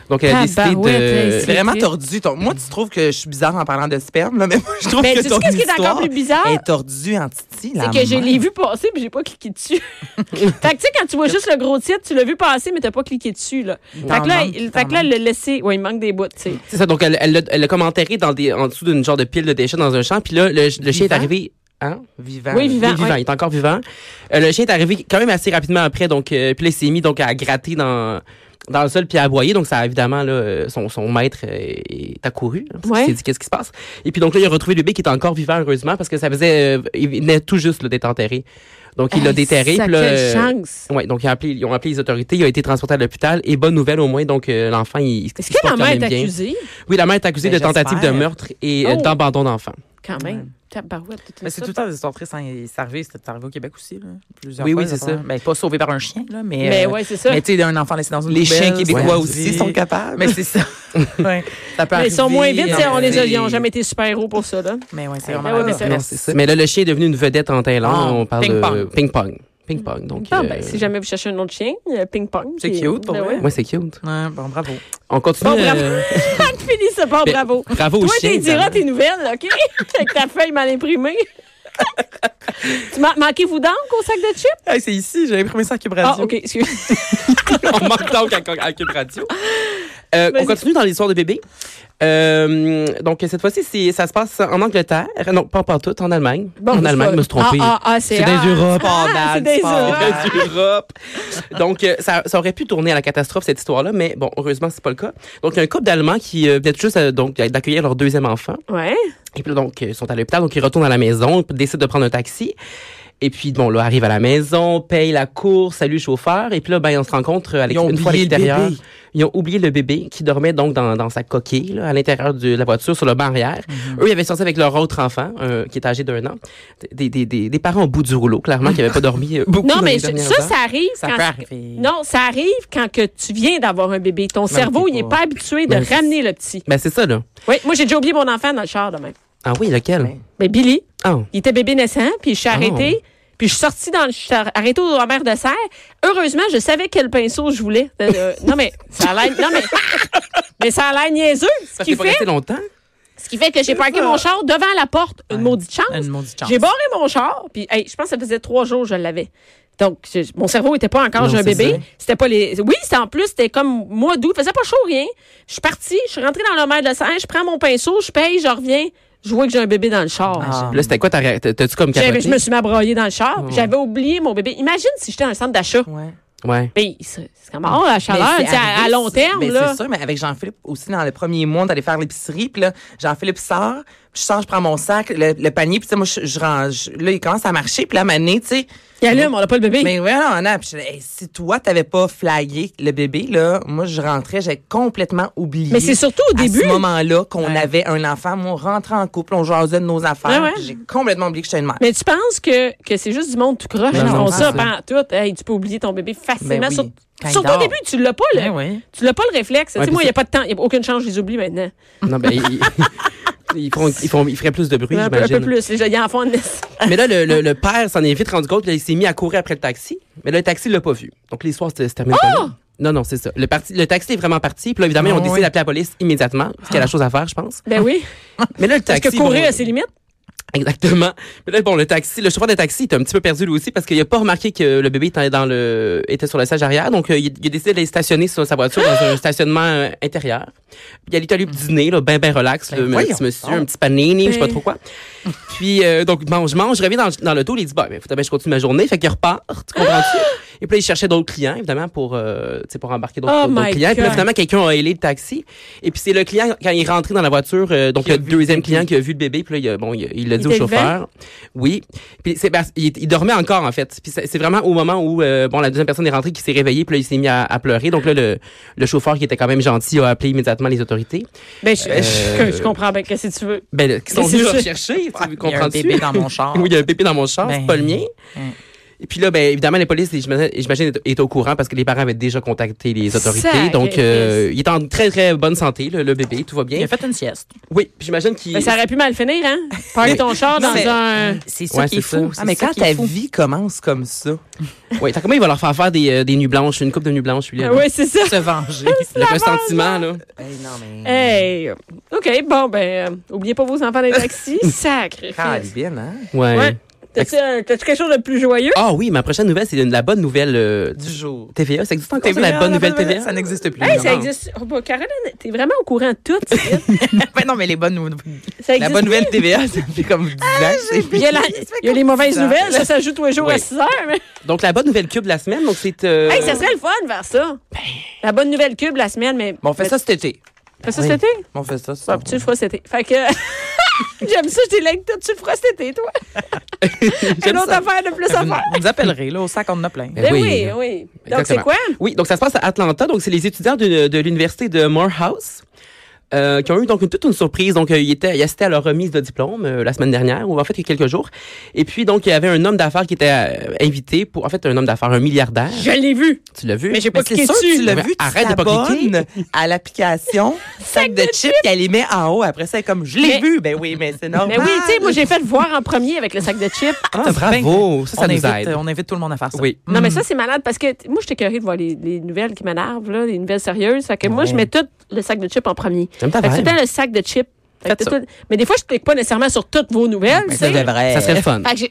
Speaker 2: Donc elle a décidé
Speaker 1: Tabarouette,
Speaker 2: de
Speaker 1: hey,
Speaker 4: C'est vraiment tordu. ton- Moi, tu trouves que je suis bizarre en parlant de sperme, là, mais moi, je trouve
Speaker 1: Ben,
Speaker 4: que
Speaker 1: sais-tu
Speaker 4: ton
Speaker 1: qu'est-ce qui est
Speaker 4: histoire
Speaker 1: encore plus bizarre?
Speaker 4: est tordue en titi.
Speaker 1: C'est que j'ai les vu passer puis j'ai pas cliqué dessus. fait que tu sais quand tu vois juste le gros titre, tu l'as vu passer mais t'as pas cliqué dessus là. Fait que là,
Speaker 3: manque,
Speaker 1: il,
Speaker 3: t'en
Speaker 1: fait que là le laisser, ouais, il manque des bouts, tu sais.
Speaker 2: C'est ça. Donc elle elle l'a elle comme enterré dans des en dessous d'une genre de pile de déchets dans un champ puis là le, le chien est
Speaker 4: Vivant?
Speaker 2: arrivé hein
Speaker 4: Vivant.
Speaker 1: Oui, vivant.
Speaker 2: Il est vivant, il est encore vivant. Euh, le chien est arrivé quand même assez rapidement après, donc euh, puis là, il s'est mis donc à gratter dans dans le sol puis à aboyer, donc ça a évidemment là euh, son, son maître euh, est accouru. hein, parce qu'il
Speaker 1: Ouais.
Speaker 2: s'est dit qu'est-ce qui se passe. Et puis donc là il a retrouvé le bébé qui est encore vivant heureusement parce que ça faisait euh, il venait tout juste là, d'être enterré. Donc il l'a
Speaker 1: Hey,
Speaker 2: déterré.
Speaker 1: Ah, ça,
Speaker 2: puis là,
Speaker 1: quelle
Speaker 2: euh,
Speaker 1: chance.
Speaker 2: Ouais, donc ils ont, appelé, ils ont appelé les autorités, il a été transporté à l'hôpital et bonne nouvelle au moins donc euh, l'enfant il, il se
Speaker 1: Est-ce que la
Speaker 2: porte quand
Speaker 1: mère est
Speaker 2: même bien.
Speaker 1: accusée
Speaker 2: Oui, la mère est accusée
Speaker 4: Ben,
Speaker 2: de tentative de
Speaker 4: j'espère.
Speaker 2: meurre et euh,
Speaker 1: Oh.
Speaker 2: d'abandon d'enfant.
Speaker 1: quand même? Tabarouette, tout
Speaker 3: Mais c'est
Speaker 1: ça.
Speaker 3: tout le temps des histoires tristes. hein. C'est arrivé, c'était arrivé au Québec aussi. Là. Plusieurs
Speaker 2: Oui,
Speaker 3: fois,
Speaker 2: oui,
Speaker 3: les
Speaker 2: c'est
Speaker 3: affaires.
Speaker 2: ça.
Speaker 3: Ben, pas sauvé par un chien, là, mais.
Speaker 1: Mais
Speaker 3: euh,
Speaker 1: ouais, c'est ça.
Speaker 3: Mais tu sais, un enfant laissé dans une
Speaker 4: Les
Speaker 3: poubelle,
Speaker 4: chiens québécois
Speaker 3: c'est-
Speaker 4: aussi sont capables.
Speaker 3: Mais c'est ça. ouais. Ça peut
Speaker 1: Mais ils sont moins
Speaker 3: arriver,
Speaker 1: vite,
Speaker 3: non,
Speaker 1: c'est- on
Speaker 3: mais
Speaker 1: les a,
Speaker 3: c'est-
Speaker 1: ils ont jamais été super héros pour ça là.
Speaker 3: Mais ouais, c'est
Speaker 1: Ben
Speaker 3: vraiment.
Speaker 1: ouais,
Speaker 3: la
Speaker 1: mais
Speaker 3: base.
Speaker 1: ça
Speaker 2: Non,
Speaker 1: reste-
Speaker 2: c'est ça. Mais là le chien est devenu une vedette en Thaïlande,
Speaker 3: Ah,
Speaker 2: on parle de
Speaker 3: ping-pong.
Speaker 2: ping-pong. Ping-pong donc
Speaker 1: Ah, ben,
Speaker 2: euh,
Speaker 1: si jamais vous cherchez un nom de chien, euh, ping pong.
Speaker 3: C'est
Speaker 1: puis-
Speaker 3: cute, pour
Speaker 1: ben
Speaker 3: vrai.
Speaker 1: ouais.
Speaker 2: Ouais, c'est cute.
Speaker 3: Ouais, bon, bravo.
Speaker 2: On continue.
Speaker 1: Bon, bravo.
Speaker 2: euh,
Speaker 1: Finis ça pas,
Speaker 2: ben,
Speaker 1: bravo.
Speaker 2: Bravo
Speaker 1: Toi,
Speaker 2: au chien.
Speaker 1: tu diras
Speaker 2: évidemment.
Speaker 1: tes nouvelles, OK? Avec ta feuille mal imprimée. tu ma- manquez-vous donc au sac de chips?
Speaker 3: Hey, c'est ici, j'ai imprimé ça à Cube Radio.
Speaker 1: Ah, OK, excuse.
Speaker 2: on manque donc à, à Cube Radio. Euh,
Speaker 1: Vas-y.
Speaker 2: on continue dans l'histoire de bébé. Euh, donc cette fois-ci, c'est- ça se passe en Angleterre. Non, pas en tout, en Allemagne. en Allemagne, je me suis trompé.
Speaker 1: Ah, ah, ah, c'est
Speaker 2: C'est
Speaker 1: ah.
Speaker 2: des Europes.
Speaker 1: c'est
Speaker 4: Pardon,
Speaker 1: des
Speaker 4: pardon.
Speaker 1: erreurs.
Speaker 2: Des Europes. Donc, euh, ça, ça aurait pu tourner à la catastrophe, cette histoire-là, mais bon, heureusement, c'est pas le cas. Donc, il y a un couple d'Allemands qui euh, venaient juste euh, donc, d'accueillir leur deuxième enfant.
Speaker 1: Ouais.
Speaker 2: Et puis là, donc, ils sont à l'hôpital, donc ils retournent à la maison, puis décident de prendre un taxi. Et puis, bon, là, arrive à la maison, paye la course, salue le chauffeur. Et puis là, ben, on se rencontre à l'ex-
Speaker 4: Ils ont
Speaker 2: une fois à
Speaker 4: oublié le
Speaker 2: l'extérieur.
Speaker 4: bébé.
Speaker 2: Ils ont oublié le bébé qui dormait donc dans, dans sa coquille, là, à l'intérieur de la voiture, sur le banc arrière. Eux, ils avaient sorti avec leur autre enfant, euh, qui est âgé d'un an. Des, des, des, des parents au bout du rouleau, clairement, qui n'avaient pas dormi euh, beaucoup
Speaker 1: Non,
Speaker 2: dans
Speaker 1: mais
Speaker 2: les
Speaker 1: je-
Speaker 2: dernières
Speaker 1: ça,
Speaker 2: heures.
Speaker 1: ça arrive
Speaker 3: Ça
Speaker 1: quand.
Speaker 3: peut arriver.
Speaker 1: Non, ça arrive quand que tu viens d'avoir un bébé. Ton cerveau, il n'est pas habitué de
Speaker 2: Ben, c'est-
Speaker 1: ramener le petit.
Speaker 2: Ben, c'est ça, là.
Speaker 1: Oui, moi, j'ai déjà oublié mon enfant dans le char demain.
Speaker 2: Ah oui, lequel?
Speaker 1: Mais Billy,
Speaker 2: Ah,
Speaker 1: Il était bébé naissant, puis je
Speaker 3: Ah
Speaker 1: suis arrêtée. Puis je suis sortie dans le. Je suis arrêtée au Robert de Serre. Heureusement, je savais quel pinceau je voulais. Euh, euh, non, mais ça a l'air. Non, mais. Mais ça a l'air niaiseux. Ce
Speaker 2: ça
Speaker 1: qui,
Speaker 2: s'est pas
Speaker 1: fait,
Speaker 2: resté longtemps?
Speaker 1: ce qui fait que j'ai parqué mon char devant la porte. Une maudite chance.
Speaker 3: Une maudite chance.
Speaker 1: J'ai barré mon char, puis hey, je pense que ça faisait trois jours que je l'avais. Donc, je- mon cerveau était pas encore,
Speaker 2: Non,
Speaker 1: j'ai un
Speaker 2: c'est
Speaker 1: bébé.
Speaker 2: ça.
Speaker 1: C'était pas les. Oui, c'était en plus, c'était comme mois d'août. Il faisait pas chaud, rien. Je suis partie, je suis rentrée dans le mer de Serre, je prends mon pinceau, je paye, je reviens. Je vois que j'ai un bébé dans le char.
Speaker 3: Ah.
Speaker 2: Là, c'était quoi? ta ré- T'as-tu comme
Speaker 1: J'avais-
Speaker 2: capoté?
Speaker 1: je me suis m'abroyée dans le char. puis J'avais oublié mon bébé. Imagine si j'étais à un centre d'achat.
Speaker 4: Ouais.
Speaker 2: Ouais.
Speaker 1: Mais c'est c'est quand même oh, la chaleur,
Speaker 4: Mais
Speaker 1: tu sais,
Speaker 4: c'est
Speaker 1: à, à
Speaker 4: arrivé,
Speaker 1: long
Speaker 4: c'est-
Speaker 1: terme,
Speaker 4: mais
Speaker 1: là.
Speaker 4: C'est sûr, mais avec Jean-Philippe aussi, dans le premier mois, on est allé faire l'épicerie, puis là, Jean-Philippe sort, puis je sors, je prends mon sac, le, le panier, puis tu sais, moi, je, je range. Là, il commence à marcher, puis là, à un moment donné, tu sais,
Speaker 1: Il allume, on n'a pas le bébé.
Speaker 4: mais voilà, on a. Puis je dis, Hey, si toi, t'avais pas flyé le bébé, là, moi, je rentrais, j'avais complètement oublié.
Speaker 1: Mais c'est surtout au
Speaker 4: À
Speaker 1: début.
Speaker 4: ce moment-là, qu'on
Speaker 3: Ouais.
Speaker 4: avait un enfant, moi, on rentrait en couple, on jasait de nos affaires.
Speaker 1: Ouais, ouais.
Speaker 4: puis J'ai complètement oublié que j'étais une mère.
Speaker 1: Mais tu penses que, que c'est juste du monde tout croche qui
Speaker 2: Ben non,
Speaker 1: font
Speaker 2: c'est
Speaker 1: ça
Speaker 2: ça.
Speaker 1: pendant tout. Hey, tu peux oublier ton bébé facilement.
Speaker 4: Ben oui,
Speaker 1: Sur-
Speaker 3: quand il
Speaker 1: surtout au
Speaker 3: dort.
Speaker 1: début, tu l'as pas, le,
Speaker 2: Eh
Speaker 3: Ben oui.
Speaker 1: tu l'as pas le réflexe. tu sais,
Speaker 2: puis
Speaker 1: moi, il n'y a
Speaker 2: c'est-
Speaker 1: pas de temps. Il n'y a aucune chance, je les oublie maintenant.
Speaker 2: Non, ben, ils, ils, font, ils, font, ils feraient plus de bruit,
Speaker 1: un, peu, un peu
Speaker 2: j'imagine.
Speaker 1: plus. Les gens en font une liste.
Speaker 2: Mais là, le, le, le père s'en est vite rendu compte, puis là, il s'est mis à courir après le taxi. Mais là, le taxi l'a pas vu. Donc, l'histoire se, se termine.
Speaker 1: Oh!
Speaker 2: par là. Non, non, c'est ça. Le, parti, le taxi est vraiment parti. Puis là, évidemment, ils ont
Speaker 3: Ah,
Speaker 2: décidé
Speaker 3: oui.
Speaker 2: d'appeler la police immédiatement, parce qu'il y a la chose à faire, je pense.
Speaker 1: Ben oui.
Speaker 2: Mais là, le
Speaker 1: Ah. Parce
Speaker 2: taxi.
Speaker 1: que courir
Speaker 2: bon,
Speaker 1: à ses limites.
Speaker 2: Exactement. Mais là, bon, le taxi, le chauffeur de taxi était un petit peu perdu lui aussi parce qu'il a pas remarqué que le bébé était dans le, était sur le siège arrière. Donc, euh, il, il a décidé d'aller stationner sur sa voiture dans un stationnement euh, intérieur. Puis, il allait aller dîner, là, ben, ben relax,
Speaker 4: Ben,
Speaker 2: le
Speaker 4: voyons
Speaker 2: petit monsieur,
Speaker 4: donc.
Speaker 2: un petit panini, je sais pas
Speaker 1: Ben.
Speaker 2: trop quoi. Puis, euh, donc, mange, je mange, je reviens dans, le- dans l'auto, il dit, bah, ben, faut bien, que je continue ma journée. Fait qu'il repart, tu comprends-tu? Et puis là, il cherchait d'autres clients, évidemment, pour, euh, tu sais, pour embarquer d'autres
Speaker 1: Oh
Speaker 2: d'autres
Speaker 1: my
Speaker 2: clients. Puis là,
Speaker 1: God.
Speaker 2: finalement, quelqu'un a ailé le taxi. Et puis, c'est le client, quand il est rentré dans la voiture, euh, donc
Speaker 4: Qui a
Speaker 2: le
Speaker 4: vu le
Speaker 2: deuxième
Speaker 4: bébé.
Speaker 2: client qui a vu le bébé, puis là, il a- bon, il a- il l'a
Speaker 1: Il
Speaker 2: dit au
Speaker 1: était
Speaker 2: chauffeur. Oui. Puis c'est parce- il, il dormait encore en fait. Puis c'est c'est vraiment au moment où euh, bon la deuxième personne est rentrée qui s'est réveillée puis là il s'est mis à, à pleurer. Donc là le, le chauffeur qui était quand même gentil a appelé immédiatement les autorités.
Speaker 1: Ben, je,
Speaker 2: Euh,
Speaker 1: je- je comprends bien que si tu veux.
Speaker 2: Ben là, qui sont
Speaker 1: Mais c'est
Speaker 2: venus le
Speaker 1: sûr.
Speaker 2: rechercher,
Speaker 4: Ah,
Speaker 2: tu
Speaker 3: Il y a
Speaker 2: comprends
Speaker 3: un bébé dans mon char.
Speaker 2: oui, il y a un bébé dans mon char, c'est
Speaker 3: Ben,
Speaker 2: pas le mien.
Speaker 3: hein.
Speaker 2: Et puis là, ben, évidemment, la police, j'imagine, j'imagine, est- est au courant parce que les parents avaient déjà contacté les autorités.
Speaker 1: Sacré
Speaker 2: donc, euh, il est en très, très bonne santé, le, le bébé, tout va
Speaker 3: Il
Speaker 2: bien.
Speaker 3: a fait une sieste.
Speaker 2: Oui, puis j'imagine qu'il...
Speaker 1: Ben, ça aurait pu mal finir, hein? Parler
Speaker 2: Oui.
Speaker 1: ton char dans
Speaker 4: mais-
Speaker 1: un.
Speaker 3: C'est ça
Speaker 2: Ouais,
Speaker 3: qui est
Speaker 2: c'est
Speaker 3: fou.
Speaker 2: ça.
Speaker 4: Ah, mais
Speaker 3: C'est ça
Speaker 4: quand
Speaker 3: qui est
Speaker 4: ta
Speaker 3: fou.
Speaker 4: vie commence comme ça,
Speaker 2: Oui, t'as comment il va leur faire faire des, euh, des nuits blanches, une coupe de nuits blanches, lui, là.
Speaker 1: Oui, Ah c'est ça.
Speaker 3: se venger.
Speaker 2: Le ressentiment, là.
Speaker 1: hein?
Speaker 4: Hey, non, mais.
Speaker 1: Hey. OK, bon, ben, euh, oubliez pas vos enfants dans les taxis. Sacré.
Speaker 4: Ah, elle est bien, hein?
Speaker 2: Ouais.
Speaker 1: Ouais. T'as-tu un- t'as-tu quelque chose de plus joyeux?
Speaker 4: Oh,
Speaker 2: Ah oui, ma prochaine nouvelle, c'est une- la bonne nouvelle euh,
Speaker 4: Du jour.
Speaker 2: TVA. Ça existe encore, ça, la bonne nouvelle TVA?
Speaker 4: Ça n'existe plus.
Speaker 1: Hey, ça
Speaker 4: non.
Speaker 1: existe. Oh, bah, Caroline, t'es vraiment au courant de tout. ça.
Speaker 3: Ben non, mais les bonnes nouvelles.
Speaker 1: Ça
Speaker 4: La
Speaker 1: existe.
Speaker 4: bonne nouvelle TVA, ça fait comme 10 ans. c'est-
Speaker 1: Il y a, la- il y a les mauvaises
Speaker 4: bizarre.
Speaker 1: nouvelles, ça s'ajoute tous les jours à
Speaker 2: Oui.
Speaker 1: 6 heures. mais-
Speaker 2: Donc, la bonne nouvelle cube de la semaine, donc c'est... euh,
Speaker 1: Hey, ça serait le fun de faire ça. La bonne nouvelle cube la semaine, mais.
Speaker 4: Bon, Ben. on fait ça cet été.
Speaker 1: Fais ça
Speaker 2: Oui.
Speaker 1: cet été?
Speaker 4: Bon, on fait ça.
Speaker 1: Bon, puis tu le feras cet été. Fait que. J'aime ça, je t'élègue tout. Tu le feras cet été, toi. Une autre affaire de plus à
Speaker 3: Vous,
Speaker 1: faire.
Speaker 3: vous nous appellerez, là, au sac, on en a plein.
Speaker 2: Ben
Speaker 1: Ben
Speaker 2: oui.
Speaker 1: oui, oui. Donc, c'est
Speaker 2: Exactement.
Speaker 1: quoi?
Speaker 2: Oui, donc ça se passe à Atlanta. Donc, c'est les étudiants de, de l'université de Morehouse. euh, qui ont eu donc une- toute une surprise. Donc, euh, ils, étaient, ils assistaient à leur remise de diplôme euh, la semaine dernière, ou en fait, il y a quelques jours. Et puis, donc, il y avait un homme d'affaires qui était euh, invité pour, en fait, un homme d'affaires, un milliardaire.
Speaker 1: Je l'ai vu.
Speaker 2: Tu l'as vu?
Speaker 1: Mais j'ai
Speaker 4: Mais
Speaker 1: pas
Speaker 4: c'est
Speaker 1: cliqué
Speaker 4: sûr, tu
Speaker 1: dessus.
Speaker 4: l'as
Speaker 2: Mais
Speaker 4: vu, tu
Speaker 2: arrête de pas
Speaker 4: t'abonnes à l'application sac de chips, puis elle les met en haut. Après ça, elle est comme, je l'ai
Speaker 1: Mais-
Speaker 4: vu. Ben oui, mais c'est normal.
Speaker 1: Mais oui, tu sais, moi, j'ai fait le voir en premier avec le sac de chips.
Speaker 2: Ah, bravo! Ça, ça
Speaker 3: on,
Speaker 2: nous
Speaker 3: invite,
Speaker 2: aide.
Speaker 3: euh, on invite tout le monde à faire ça.
Speaker 2: Oui.
Speaker 1: Non, mais ça, c'est malade parce que t- moi, je suis curieuse de voir les, les nouvelles qui m'énervent, là, les nouvelles sérieuses. Fait que moi, je mets tout le sac de chips en premier.
Speaker 2: J'aime ta
Speaker 1: Fait que tout le
Speaker 2: vibe.
Speaker 1: temps, le sac de chips. Fait que
Speaker 2: Faites
Speaker 1: tout- Mais des fois, je clique pas nécessairement sur toutes vos nouvelles. tu sais.
Speaker 4: c'est de vrai.
Speaker 2: Ça serait le fun.
Speaker 1: Fait que j'ai-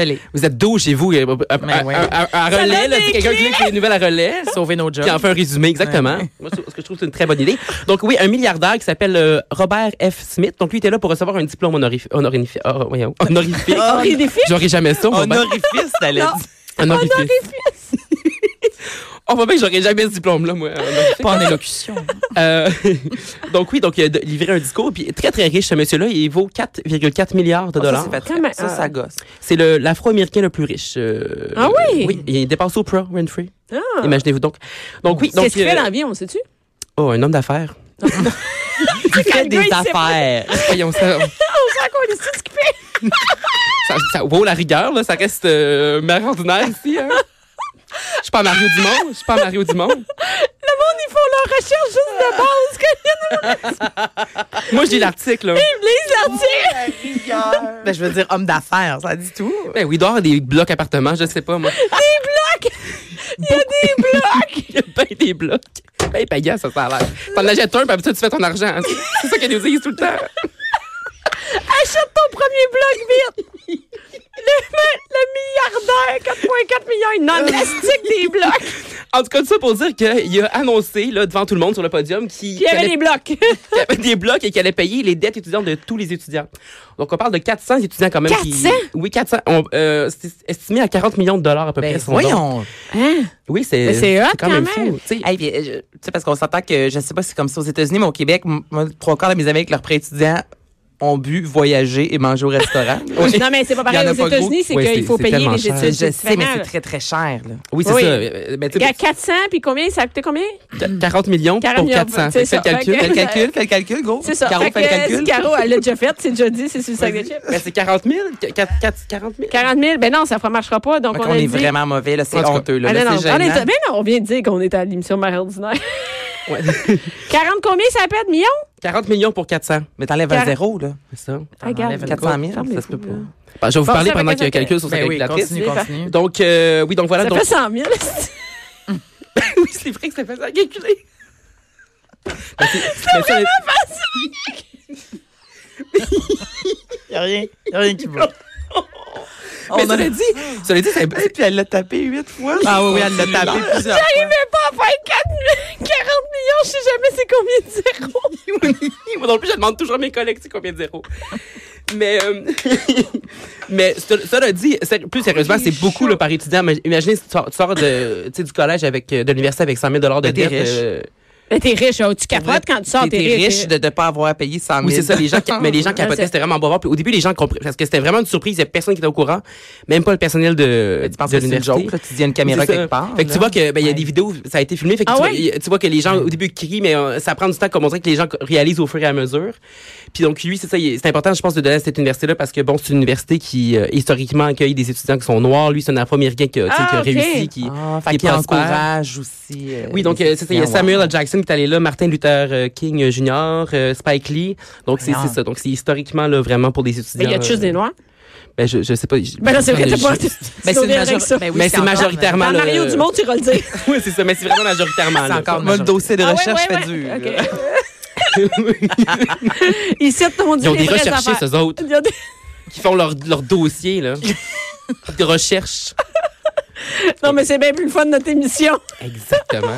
Speaker 3: Allez,
Speaker 2: Vous êtes dos chez vous. euh, euh, À, à-
Speaker 3: ouais.
Speaker 2: à- à- à relais,
Speaker 1: donne
Speaker 2: là,
Speaker 1: des
Speaker 2: c'est quelqu'un qui clique sur les nouvelles à relais.
Speaker 3: sauvez nos jobs.
Speaker 2: Puis en fait un résumé, exactement. Moi, ce ce que je trouve, c'est une très bonne idée. Donc, oui, un milliardaire qui s'appelle euh, Robert F. Smith. Donc, lui, était là pour recevoir un diplôme honorif- honorif- hor- voyons, honorifique.
Speaker 3: Oh,
Speaker 1: J'ai des filles.
Speaker 2: J'aurais jamais ça, moi. ben.
Speaker 4: Honorifice, elle a dit.
Speaker 2: Honorifique. On va bien que j'aurais jamais ce diplôme-là, moi. honorifique.
Speaker 3: Pas en élocution.
Speaker 2: Euh, donc, oui, donc, il a de- livré un discours. Puis, très, très riche, ce monsieur-là. Il vaut 4,4 milliards
Speaker 3: Oh,
Speaker 2: de
Speaker 4: Ça,
Speaker 2: dollars.
Speaker 4: c'est pas très-
Speaker 1: Comment-
Speaker 4: ça, ça gosse.
Speaker 2: C'est le- l'afro-américain le plus riche. euh,
Speaker 1: Ah oui?
Speaker 2: Oui, il dépasse Oprah Winfrey.
Speaker 1: Ah.
Speaker 2: Imaginez-vous donc. Donc, oui, donc.
Speaker 1: Qu'est-ce qu'il fait
Speaker 2: euh,
Speaker 1: dans la vie, on sait-tu?
Speaker 2: Oh, un homme d'affaires.
Speaker 1: Il
Speaker 4: Fais des affaires.
Speaker 2: Voyons, ça,
Speaker 1: On sent qu'on est sait ce qu'il fait.
Speaker 2: ça, ça vaut la rigueur, là. Ça reste euh, mère ordinaire ici, hein. Je suis pas Mario Dumont. Je suis pas Mario Dumont.
Speaker 1: Le monde, ils font leur recherche juste de base. Quand
Speaker 2: Moi, je lis l'article, là.
Speaker 1: ils lisent l'article.
Speaker 3: Ben, je veux dire homme d'affaires, ça dit tout.
Speaker 2: Ben oui, il doit y avoir des blocs appartements, je sais pas, moi.
Speaker 1: Des blocs. Il y a des blocs.
Speaker 2: Il y a ben des blocs. Ben, pagasse, ça, ça a l'air. T'en achètes un, puis après ça, tu fais ton argent. C'est ça qu'elle nous dit tout le temps.
Speaker 1: Achète ton premier bloc vite! Le, le milliardaire, 4,4 millions, non élastique des blocs!
Speaker 2: En tout cas, tout ça pour dire qu'il a annoncé là, devant tout le monde sur le podium qu'il
Speaker 1: Puis il y avait
Speaker 2: qu'il
Speaker 1: des blocs!
Speaker 2: allait- qu'il y avait des blocs et qu'il allait payer les dettes étudiantes de tous les étudiants. Donc, on parle de 400 étudiants quand même. qui-
Speaker 1: 400?
Speaker 2: oui, 400. On, euh, c'est estimé à 40 millions de dollars à peu
Speaker 4: Ben,
Speaker 2: près. son don.
Speaker 4: voyons.
Speaker 1: Hein?
Speaker 2: Oui, c'est
Speaker 1: Mais c'est hot quand même.
Speaker 2: fou. tu sais.
Speaker 4: Hey, puis, euh, je- tu sais, parce qu'on s'entend que je sais pas si c'est comme ça aux États-Unis, mais au Québec, m- moi, trois quarts de mes amis avec leurs prêts étudiants ont bu, voyagé et mangé au restaurant.
Speaker 2: Oui.
Speaker 1: Non, mais c'est pas
Speaker 4: Il
Speaker 1: pareil.
Speaker 4: y en
Speaker 1: Aux
Speaker 4: a pas
Speaker 1: États-Unis,
Speaker 4: gros.
Speaker 1: c'est
Speaker 2: Ouais,
Speaker 1: qu'il
Speaker 2: c'est-
Speaker 1: faut
Speaker 2: c'est
Speaker 1: payer
Speaker 2: tellement
Speaker 1: les
Speaker 2: cher.
Speaker 4: Je
Speaker 1: études.
Speaker 4: sais, mais c'est
Speaker 1: supérieures.
Speaker 4: très, très cher. là.
Speaker 2: Oui, c'est
Speaker 1: Oui.
Speaker 2: ça. Euh, ben, tu sais,
Speaker 1: Regarde, 400, puis combien? Ça a coûté combien?
Speaker 2: qu- 40 millions
Speaker 1: 40
Speaker 2: pour
Speaker 1: millions,
Speaker 2: 400.
Speaker 1: c'est
Speaker 2: Fais
Speaker 1: ça.
Speaker 2: le calcul.
Speaker 1: Fait euh,
Speaker 4: Fais le calcul, fais le calcul, gros.
Speaker 1: C'est ça.
Speaker 4: Caro,
Speaker 1: Fait
Speaker 4: fais le
Speaker 1: que,
Speaker 4: calcul.
Speaker 1: si Caro, elle l'a déjà fait. C'est déjà dit, c'est sur le sac de chips.
Speaker 2: Ben, c'est 40 000? Qu- quatre- quatre- 40 000?
Speaker 1: 40 000, ben non, ça ne marchera pas. Donc,
Speaker 4: Donc,
Speaker 1: on,
Speaker 4: on
Speaker 1: a
Speaker 4: est
Speaker 1: dit...
Speaker 4: vraiment mauvais, là.
Speaker 2: En
Speaker 4: C'est
Speaker 2: tout cas,
Speaker 4: honteux, là.
Speaker 1: Ah,
Speaker 4: Là,
Speaker 1: non, non,
Speaker 4: c'est
Speaker 1: on est-
Speaker 4: gênant.
Speaker 1: ben non, on vient de dire qu'on est à l'émission Mère ordinaire.
Speaker 2: Ouais.
Speaker 1: 40 combien ça pète? Millions?
Speaker 2: 40 millions pour 400.
Speaker 4: Mais t'enlèves
Speaker 1: Car-
Speaker 4: un zéro, là.
Speaker 2: C'est ça.
Speaker 1: Ah, regarde.
Speaker 3: enlève
Speaker 4: 400 000,
Speaker 1: Ferme les
Speaker 4: ça se peut
Speaker 1: fous,
Speaker 4: pas.
Speaker 1: là.
Speaker 2: Bon, je vais vous
Speaker 1: Bon,
Speaker 2: parler
Speaker 1: ça fait
Speaker 2: pendant qu'il y a
Speaker 1: quelqu'un-
Speaker 2: calcul sur sa
Speaker 3: Ben oui,
Speaker 2: calculatrice.
Speaker 3: continue, continue.
Speaker 2: Donc, euh, oui, donc voilà.
Speaker 1: Ça
Speaker 2: donc,
Speaker 1: fait 100 000.
Speaker 2: oui, c'est vrai que ça fait ça à calculer. Ben, c'est- ben, ça-
Speaker 3: Y a rien, y a rien qui va.
Speaker 2: mais
Speaker 3: On
Speaker 2: cela
Speaker 3: aurait
Speaker 2: dit, cela dit, c'est-
Speaker 4: Et puis elle l'a tapé huit fois.
Speaker 3: Ah oui, oui, elle l'a tapé plusieurs fois.
Speaker 1: J'arrivais pas à faire 4 000, 40 millions, je sais jamais c'est combien de zéros.
Speaker 2: Moi non plus, je demande toujours à mes collègues c'est combien de zéros. Mais, euh, mais ce- cela dit, c'est- plus sérieusement, c'est beaucoup le par étudiant. Mais Imaginez si tu sors, tu sors de, tu sais, du collège avec, euh, de l'université avec 100 000 de
Speaker 4: Ben, t'es
Speaker 2: dette.
Speaker 4: riche.
Speaker 2: euh,
Speaker 1: Mais t'es riche, hein, tu capotes quand tu sors, t'es riche.
Speaker 3: hein.
Speaker 4: riche de ne pas avoir payé 100 000.
Speaker 2: Oui, c'est ça, les gens, qui- mais les gens
Speaker 1: Ouais, c'est-
Speaker 2: capotaient, c'était vraiment bon. Puis au début, les gens comprenaient, parce que c'était vraiment une surprise, il n'y a personne qui était au courant, même pas le personnel de,
Speaker 4: Mais Tu penses
Speaker 2: de
Speaker 4: que c'est une
Speaker 2: l'université.
Speaker 4: joke, là? Tu dis à une caméra
Speaker 2: C'est ça.
Speaker 4: quelque part.
Speaker 2: Fait que tu
Speaker 4: là.
Speaker 2: vois que ben il y a
Speaker 4: Ouais.
Speaker 2: des vidéos, ça a été filmé, fait que
Speaker 1: Ah
Speaker 2: tu, vois,
Speaker 1: ouais?
Speaker 2: y- tu vois que les gens au début crient mais euh, ça prend du temps comme on dirait que les gens réalisent au fur et à mesure. Puis donc lui c'est ça, il- c'est important je pense de donner à cette université là parce que bon c'est une université qui euh, historiquement accueille des étudiants qui sont noirs, lui c'est un afro-américain qui, a- tu sais,
Speaker 1: Ah,
Speaker 2: qui a
Speaker 1: ok.
Speaker 2: réussi qui
Speaker 4: Ah,
Speaker 2: qui
Speaker 4: fait qu'il
Speaker 2: prospère.
Speaker 4: encourage aussi. euh,
Speaker 2: Oui, donc
Speaker 4: les
Speaker 2: euh, c'est ça, il y a
Speaker 4: étudiants,
Speaker 2: Samuel
Speaker 4: ouais.
Speaker 2: L. Jackson qui est allé là, Martin Luther euh, King Jr., euh, Spike Lee. Donc c'est
Speaker 4: Voyons.
Speaker 2: c'est ça, donc c'est historiquement là vraiment pour des
Speaker 1: Mais
Speaker 2: étudiants.
Speaker 1: il y a juste des
Speaker 2: euh,
Speaker 1: noirs.
Speaker 2: Ben je, je sais pas. je-
Speaker 1: Ben non, c'est vrai, t'es pas.
Speaker 2: je-
Speaker 1: tu
Speaker 3: Ben, c'est
Speaker 1: souris avec
Speaker 3: majori-
Speaker 1: ça.
Speaker 3: ben oui,
Speaker 2: Mais c'est
Speaker 3: encore-
Speaker 2: majoritairement
Speaker 1: euh,
Speaker 2: euh,
Speaker 1: Dans
Speaker 2: le-
Speaker 1: Mario Dumont, tu iras le dire.
Speaker 2: Oui, c'est ça, mais c'est vraiment majoritairement
Speaker 3: C'est
Speaker 2: là.
Speaker 3: encore
Speaker 4: Moi, le dossier de
Speaker 1: Ah ouais,
Speaker 4: recherche
Speaker 1: ouais,
Speaker 4: fait
Speaker 1: ouais.
Speaker 4: dur.
Speaker 1: Ok. Ici, on dit
Speaker 2: Ils ont
Speaker 1: les
Speaker 2: des
Speaker 1: vraies
Speaker 2: recherchistes,
Speaker 1: affaires.
Speaker 2: eux autres.
Speaker 1: Il y a des-
Speaker 2: qui font leur, leur dossier, là. de recherche.
Speaker 1: Non, mais c'est bien plus le fun de notre émission.
Speaker 2: Exactement.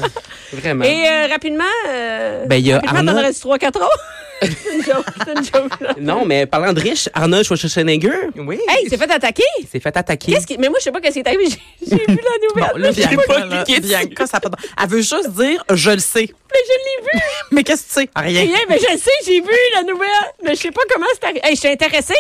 Speaker 2: Vraiment.
Speaker 1: Et euh, rapidement, euh,
Speaker 2: Ben, il y a
Speaker 1: rapidement, t'en
Speaker 2: Arnaud-
Speaker 1: restes 3-4 autres. c'est une joke, c'est une joke. là.
Speaker 2: Non, mais parlant de riche, Arnold Schwarzenegger
Speaker 4: Oui.
Speaker 1: Hey, il s'est fait attaquer.
Speaker 2: s'est fait attaquer.
Speaker 1: Qu'est-ce qui... Mais moi, je sais pas qu'est-ce qui est arrivé. J'ai j'ai vu la nouvelle.
Speaker 3: Bon, là,
Speaker 2: J'ai
Speaker 3: Bianca,
Speaker 2: pas
Speaker 3: là,
Speaker 2: cliqué dessus.
Speaker 3: Bianca, ça a pas de- Elle veut juste dire, je le sais.
Speaker 1: Mais je l'ai vu.
Speaker 3: Mais qu'est-ce que tu sais?
Speaker 2: Ah,
Speaker 3: Rien.
Speaker 1: Rien, mais je le sais, j'ai vu la nouvelle. Mais je sais pas comment c'est arrivé. Hey, je suis intéressée.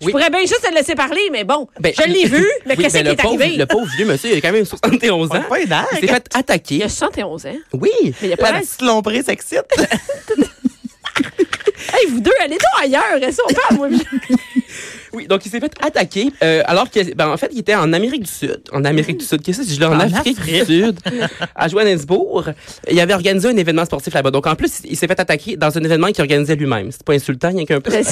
Speaker 1: Je
Speaker 2: Oui.
Speaker 1: pourrais bien juste te laisser parler, mais bon,
Speaker 2: Ben,
Speaker 1: je l'ai vu. Mais
Speaker 2: Oui,
Speaker 1: qu'est-ce
Speaker 2: ben,
Speaker 1: qui
Speaker 2: le
Speaker 1: est
Speaker 2: pauvre,
Speaker 1: arrivé?
Speaker 2: le pauvre vieux monsieur, il a quand même 71 ans.
Speaker 4: pas une
Speaker 2: Il s'est fait
Speaker 1: Il
Speaker 2: attaquer.
Speaker 1: a 71 ans.
Speaker 2: Oui.
Speaker 1: Mais il a pas
Speaker 4: La
Speaker 1: l'air.
Speaker 4: petite lombrée s'excite.
Speaker 1: Hey, vous deux, allez donc ailleurs. Est-ce qu'on parle? moi, je-
Speaker 2: Oui, donc il s'est fait attaquer euh, alors que, ben, en fait, il était en Amérique du Sud. En Amérique du Sud, qu'est-ce que je dis? En,
Speaker 3: En
Speaker 2: Afrique,
Speaker 3: Afrique.
Speaker 2: du Sud, à Johannesburg. Il avait organisé un événement sportif là-bas. Donc en plus, il s'est fait attaquer dans un événement qu'il organisait lui-même. C'est pas insultant, il y a qu'un peu.
Speaker 1: Mais,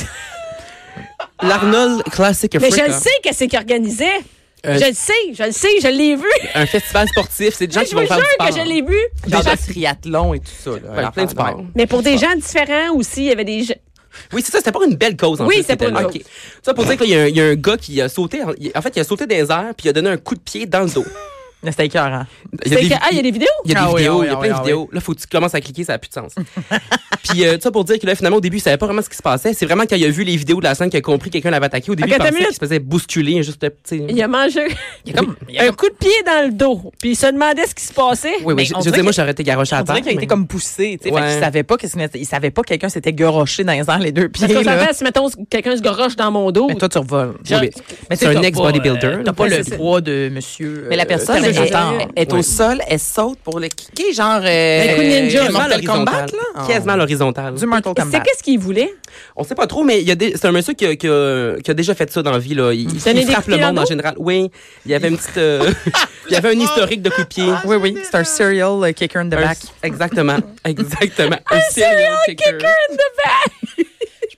Speaker 2: L'Arnold Classic
Speaker 1: mais je
Speaker 2: Africa.
Speaker 1: le sais qu'est-ce qu'il organisait.
Speaker 2: Euh,
Speaker 1: je le sais, je le sais, je l'ai vu.
Speaker 2: un festival sportif. C'est des gens
Speaker 1: Mais
Speaker 2: qui
Speaker 1: je
Speaker 2: vont
Speaker 1: vous jure
Speaker 2: faire du sport.
Speaker 1: que je l'ai vu.
Speaker 4: Genre
Speaker 1: Parce-
Speaker 4: de triathlon et tout ça. là.
Speaker 2: Ouais, plein de
Speaker 4: Enfin,
Speaker 2: sport.
Speaker 4: non.
Speaker 1: Mais pour des gens différents aussi, il y avait des gens.
Speaker 2: Oui, c'est ça. C'était pas une belle cause. En
Speaker 1: Oui,
Speaker 2: plus,
Speaker 1: c'était
Speaker 2: qui
Speaker 1: pas
Speaker 2: était
Speaker 1: une
Speaker 2: là.
Speaker 1: cause.
Speaker 2: OK. Ça pour dire qu'il y, a un- il y a un gars qui a sauté. En, il- en fait, il a sauté dans les airs puis il a donné un coup de pied dans le dos.
Speaker 3: C'était écœurant.
Speaker 2: Il y a
Speaker 1: C'est
Speaker 2: des,
Speaker 1: que- ah, il y a des vidéos?
Speaker 2: il y a des
Speaker 3: Ah oui,
Speaker 2: vidéos,
Speaker 3: ah oui,
Speaker 2: il y a
Speaker 3: ah
Speaker 2: plein
Speaker 3: oui,
Speaker 2: de
Speaker 3: ah
Speaker 2: vidéos. Là, faut que tu commences à cliquer, ça n'a plus de sens. Puis euh, ça pour dire que là, finalement, au début, il savait pas vraiment ce qui se passait. C'est vraiment quand il a vu les vidéos de la scène qu'il a compris que quelqu'un l'avait attaqué. Au début,
Speaker 1: Ok,
Speaker 2: il
Speaker 1: attends
Speaker 2: pensait
Speaker 1: une
Speaker 2: qu'il
Speaker 1: minute.
Speaker 2: se faisait bousculer, juste tu sais.
Speaker 1: Il a mangé
Speaker 3: Il y a comme, il y a
Speaker 1: un
Speaker 3: comme-
Speaker 1: coup de pied dans le dos. Puis il se demandait ce qui se passait.
Speaker 2: Oui,
Speaker 3: Mais
Speaker 2: oui. Je,
Speaker 3: on
Speaker 2: je
Speaker 3: dirait
Speaker 2: dis, moi,
Speaker 3: que-
Speaker 2: j'aurais été garoché à
Speaker 3: on
Speaker 2: terre.
Speaker 3: dirait qu'il a été
Speaker 2: mais-
Speaker 3: comme poussé, tu sais.
Speaker 2: Ouais.
Speaker 3: Fait qu'il savait pas qu'est-ce qu'il était- il savait pas que quelqu'un s'était garoché dans les airs les deux pieds.
Speaker 1: Parce qu'on
Speaker 3: là.
Speaker 1: s'entend, si mettons quelqu'un se garoche dans mon dos.
Speaker 3: Mais toi, tu revoles.
Speaker 2: Oui, mais-
Speaker 3: Mais
Speaker 2: C'est
Speaker 3: tu sais,
Speaker 2: un
Speaker 3: t'as
Speaker 2: ex-bodybuilder,
Speaker 3: pas, euh, T'as pas
Speaker 1: Ouais,
Speaker 3: le
Speaker 1: c'est ça.
Speaker 3: poids de monsieur.
Speaker 4: Mais la
Speaker 3: euh,
Speaker 4: personne elle,
Speaker 3: Terminator.
Speaker 4: elle- elle est
Speaker 2: Ouais.
Speaker 4: au sol, elle saute pour le kicker, genre.
Speaker 1: Un coup de ninja,
Speaker 4: euh, Mortal
Speaker 2: quasiment
Speaker 4: Kombat,
Speaker 2: l'horizontal.
Speaker 4: là.
Speaker 2: Quasiment l'horizontal.
Speaker 3: Ah. Du Mortal
Speaker 1: C'était
Speaker 3: Kombat.
Speaker 1: qu'est-ce qu'il voulait?
Speaker 2: On sait pas trop, mais il y a des- c'est un monsieur qui a, qui a- qui a déjà fait ça dans la vie. Là. Il, il
Speaker 1: Donner des
Speaker 2: frappe
Speaker 1: coups de
Speaker 2: le
Speaker 1: pied
Speaker 2: monde
Speaker 1: en
Speaker 2: en
Speaker 1: dos?
Speaker 2: général. Oui, il y avait une petite, euh, il y avait un historique de coups de pied.
Speaker 3: Oui, oui. C'est un serial euh, kicker in the
Speaker 2: Un-
Speaker 3: back. Ah,
Speaker 2: exactement, exactement. Un
Speaker 1: serial
Speaker 2: kicker.
Speaker 1: in the back!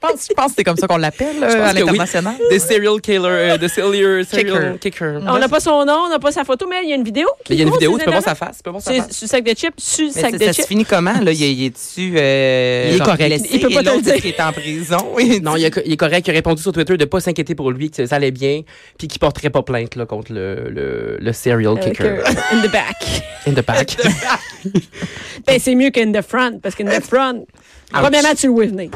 Speaker 3: Je pense, je pense que c'est comme ça qu'on l'appelle euh, à
Speaker 2: pense que oui.
Speaker 3: l'international.
Speaker 2: The serial killer, euh, the serial, serial kicker.
Speaker 1: On n'a pas son nom, on n'a pas sa photo, mais il y a une vidéo. qui
Speaker 2: Mais il y a une
Speaker 1: prouve
Speaker 2: vidéo,
Speaker 1: ces
Speaker 2: tu peux voir
Speaker 1: éléments.
Speaker 2: sa face, tu peux voir sa
Speaker 1: C'est
Speaker 2: face.
Speaker 1: sur le sac de chips, sur le
Speaker 4: Mais
Speaker 1: sac
Speaker 4: ça-
Speaker 1: de
Speaker 4: ça se
Speaker 1: chips.
Speaker 4: finit comment, là? Il est- il est-tu.
Speaker 3: euh,
Speaker 2: Il est correct.
Speaker 1: Il peut pas te le dire.
Speaker 4: Il est en prison. Il-
Speaker 2: Non, il, a- il est correct. Il a répondu sur Twitter de pas s'inquiéter pour lui, que ça allait bien, puis qu'il porterait pas plainte là, contre le, le, le serial
Speaker 1: Avec,
Speaker 2: kicker
Speaker 1: euh, in the back.
Speaker 2: in the back.
Speaker 1: Ben, c'est mieux qu'in the front, parce qu'in the front, premièrement, tu le vois venir.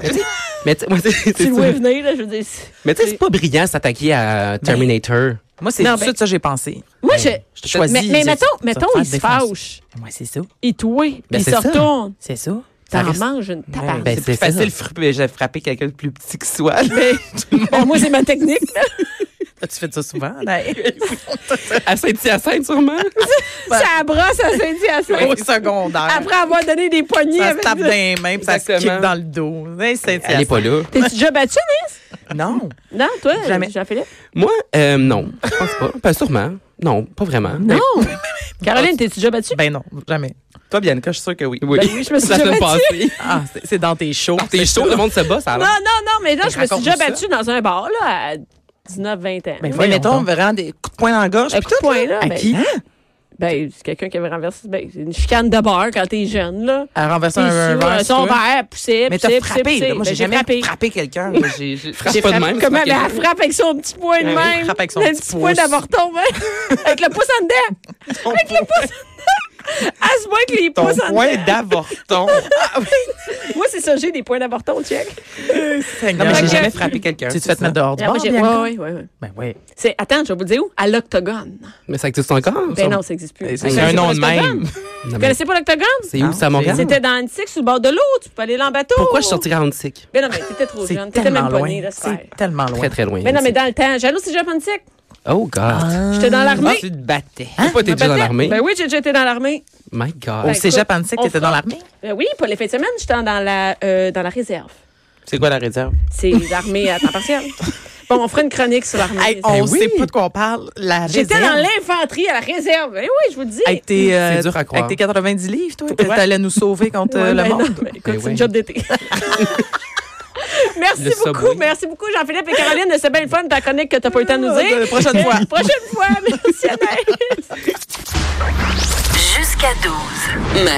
Speaker 2: mais tu sais, moi, c'est- c'est
Speaker 1: Tu le
Speaker 2: ça.
Speaker 1: vois venir, là, je veux dire. c'est-
Speaker 2: Mais tu sais, c'est pas brillant s'attaquer à Terminator.
Speaker 3: Moi, c'est
Speaker 1: Non,
Speaker 3: tout de
Speaker 1: ben-
Speaker 3: suite ça que j'ai pensé.
Speaker 1: Moi, je.
Speaker 3: Je te choisis.
Speaker 1: Mais, mais
Speaker 3: je-
Speaker 1: mettons,
Speaker 3: ça va
Speaker 1: mettons,
Speaker 3: faire
Speaker 1: il se
Speaker 3: défense.
Speaker 1: fâche,
Speaker 3: Ouais, c'est ça.
Speaker 1: il touille,
Speaker 2: Ben,
Speaker 1: il
Speaker 2: c'est
Speaker 1: se
Speaker 2: ça.
Speaker 1: retourne,
Speaker 3: C'est ça.
Speaker 1: t'en
Speaker 2: reste-
Speaker 1: mange une tabarnak.
Speaker 2: Ben,
Speaker 4: c'est
Speaker 2: c'est
Speaker 4: plus
Speaker 2: ça.
Speaker 4: facile de frapper, j'ai frappé quelqu'un de plus petit que soi. là.
Speaker 1: Ben, moi, c'est ma technique. là.
Speaker 3: Tu fais ça souvent.
Speaker 2: À Saint-Hyacinthe, sûrement.
Speaker 1: Ça brosse à Saint-Hyacinthe.
Speaker 3: Au secondaire.
Speaker 1: Après avoir donné des poignées
Speaker 3: ça se
Speaker 1: avec
Speaker 3: tape dans
Speaker 1: des-
Speaker 3: les mains, puis ça se
Speaker 2: Exactement.
Speaker 3: kick dans le dos. Hey, c'est-
Speaker 2: Elle est pas là.
Speaker 1: T'es-tu déjà battu, Nice?
Speaker 3: Non.
Speaker 1: Non, toi,
Speaker 3: Jamais.
Speaker 1: Jean-Philippe?
Speaker 2: Moi, euh, non. Je pense pas. Pas sûrement. Non, pas vraiment. Ben
Speaker 1: Non. Caroline, t'es-tu déjà battu?
Speaker 3: Ben non, jamais.
Speaker 4: Toi, Bianca, je suis sûre que oui.
Speaker 2: Oui.
Speaker 1: oui, je me suis
Speaker 2: La semaine
Speaker 1: déjà
Speaker 2: passée.
Speaker 3: Ah, c'est- c'est dans tes shows.
Speaker 2: T'es chaud, le monde se bat, ça a
Speaker 1: Non,
Speaker 2: l'air.
Speaker 1: non, non, mais là, je me suis déjà
Speaker 4: raconte-nous
Speaker 1: battue dans un bar, là, à 19, 20 ans.
Speaker 3: Ben,
Speaker 4: Mais
Speaker 3: voyons
Speaker 4: mettons,
Speaker 3: donc.
Speaker 4: vraiment des coups de poing dans la gorge.
Speaker 1: Un coup de poing, là.
Speaker 3: À
Speaker 1: ben,
Speaker 3: qui?
Speaker 1: Ben, c'est quelqu'un qui avait renversé. Ben, c'est une chicane de bar quand t'es jeune, là.
Speaker 3: À renverser
Speaker 1: T'es
Speaker 3: un, un
Speaker 1: sûr,
Speaker 3: verre.
Speaker 1: Son
Speaker 3: sur toi.
Speaker 1: verre, poussé, poussé,
Speaker 4: Mais t'as
Speaker 1: poussé,
Speaker 4: frappé,
Speaker 1: poussé.
Speaker 4: là. Moi, j'ai
Speaker 1: Ben,
Speaker 4: jamais frappé,
Speaker 1: frappé.
Speaker 4: quelqu'un. Moi, j'ai- j'ai-
Speaker 2: Frappe pas de même.
Speaker 1: Comment
Speaker 2: c'est
Speaker 1: elle
Speaker 2: pas
Speaker 1: frappe avec son petit poing de
Speaker 3: Ouais,
Speaker 1: même?
Speaker 3: frappe avec son
Speaker 1: Le
Speaker 3: petit
Speaker 1: petit poing
Speaker 3: pouce.
Speaker 1: d'avorton, hein? avec le pouce en dedans. Avec le pouce en dedans. À ce point que les
Speaker 4: Ton
Speaker 1: pouces en
Speaker 4: poing
Speaker 1: dedans.
Speaker 4: d'avorton.
Speaker 1: Moi, c'est ça, j'ai des points d'avorton, check.
Speaker 4: Non, mais
Speaker 1: Fait
Speaker 4: j'ai
Speaker 1: que-
Speaker 4: jamais frappé quelqu'un.
Speaker 3: Tu te fais te mettre dehors du
Speaker 1: Ah, moi,
Speaker 3: bord,
Speaker 1: j'ai-
Speaker 3: Bianca?
Speaker 1: ouais, ouais, ouais.
Speaker 3: Ben oui.
Speaker 1: C'est- Attends, je vais vous le dire où? À l'octogone.
Speaker 2: Mais ça existe encore?
Speaker 1: Ben
Speaker 2: ça?
Speaker 1: non, ça n'existe plus.
Speaker 4: C'est
Speaker 1: Vous
Speaker 4: un
Speaker 1: connaissez
Speaker 4: nom
Speaker 1: pas
Speaker 4: de
Speaker 1: l'octogone?
Speaker 4: même.
Speaker 2: Non,
Speaker 1: Vous
Speaker 2: mais
Speaker 1: connaissez pas l'octogone?
Speaker 2: C'est où, ça, à Montréal?
Speaker 1: C'était dans Antique, sur le bord de l'eau. Tu peux aller là en bateau.
Speaker 2: Pourquoi je sortirais en Antique?
Speaker 1: Ben non, mais t'étais trop
Speaker 3: C'est
Speaker 1: jeune. T'étais
Speaker 3: tellement
Speaker 1: même pas
Speaker 3: loin.
Speaker 1: né, là, ce soir.
Speaker 3: C'est tellement loin.
Speaker 2: Très, très loin.
Speaker 1: Mais non, mais dans le temps, j'allais au cégep Antique.
Speaker 2: Oh, God.
Speaker 1: J'étais dans l'armée.
Speaker 4: Tu te battais.
Speaker 2: T'as pas été déjà dans
Speaker 1: Peut-être.
Speaker 2: l'armée?
Speaker 1: Ben oui, j'ai- j'étais dans l'armée.
Speaker 2: My
Speaker 3: Au
Speaker 2: God.
Speaker 1: Ben,
Speaker 3: cégep
Speaker 1: écoute,
Speaker 3: antique,
Speaker 1: on
Speaker 3: t'étais dans
Speaker 1: frappe.
Speaker 3: l'armée?
Speaker 1: Ben oui, pour les fins de semaine, j'étais dans la, euh, dans la réserve.
Speaker 4: C'est quoi la réserve?
Speaker 1: C'est l'armée à temps partiel. Bon, on fera une chronique sur l'armée.
Speaker 3: Hey, on
Speaker 2: Ben oui.
Speaker 3: sait pas de quoi on parle. La
Speaker 1: J'étais
Speaker 3: réserve.
Speaker 1: dans l'infanterie à la réserve. Ben oui, je vous le dis.
Speaker 3: Avec tes, euh,
Speaker 2: C'est dur à croire.
Speaker 3: Avec tes 90 livres, toi, que t'allais nous sauver contre
Speaker 1: Ouais,
Speaker 3: euh, le
Speaker 1: ben non,
Speaker 3: monde.
Speaker 1: ben écoute,
Speaker 2: Ben
Speaker 1: c'est
Speaker 2: oui.
Speaker 1: une job d'été. Merci
Speaker 2: Le
Speaker 1: beaucoup,
Speaker 2: Subway.
Speaker 1: merci beaucoup Jean-Philippe et Caroline. C'est bien le fun de ta chronique que t'as pas eu le temps de nous dire.
Speaker 3: Euh, prochaine fois.
Speaker 1: Prochaine fois, merci Anaïs.
Speaker 5: Jusqu'à 12.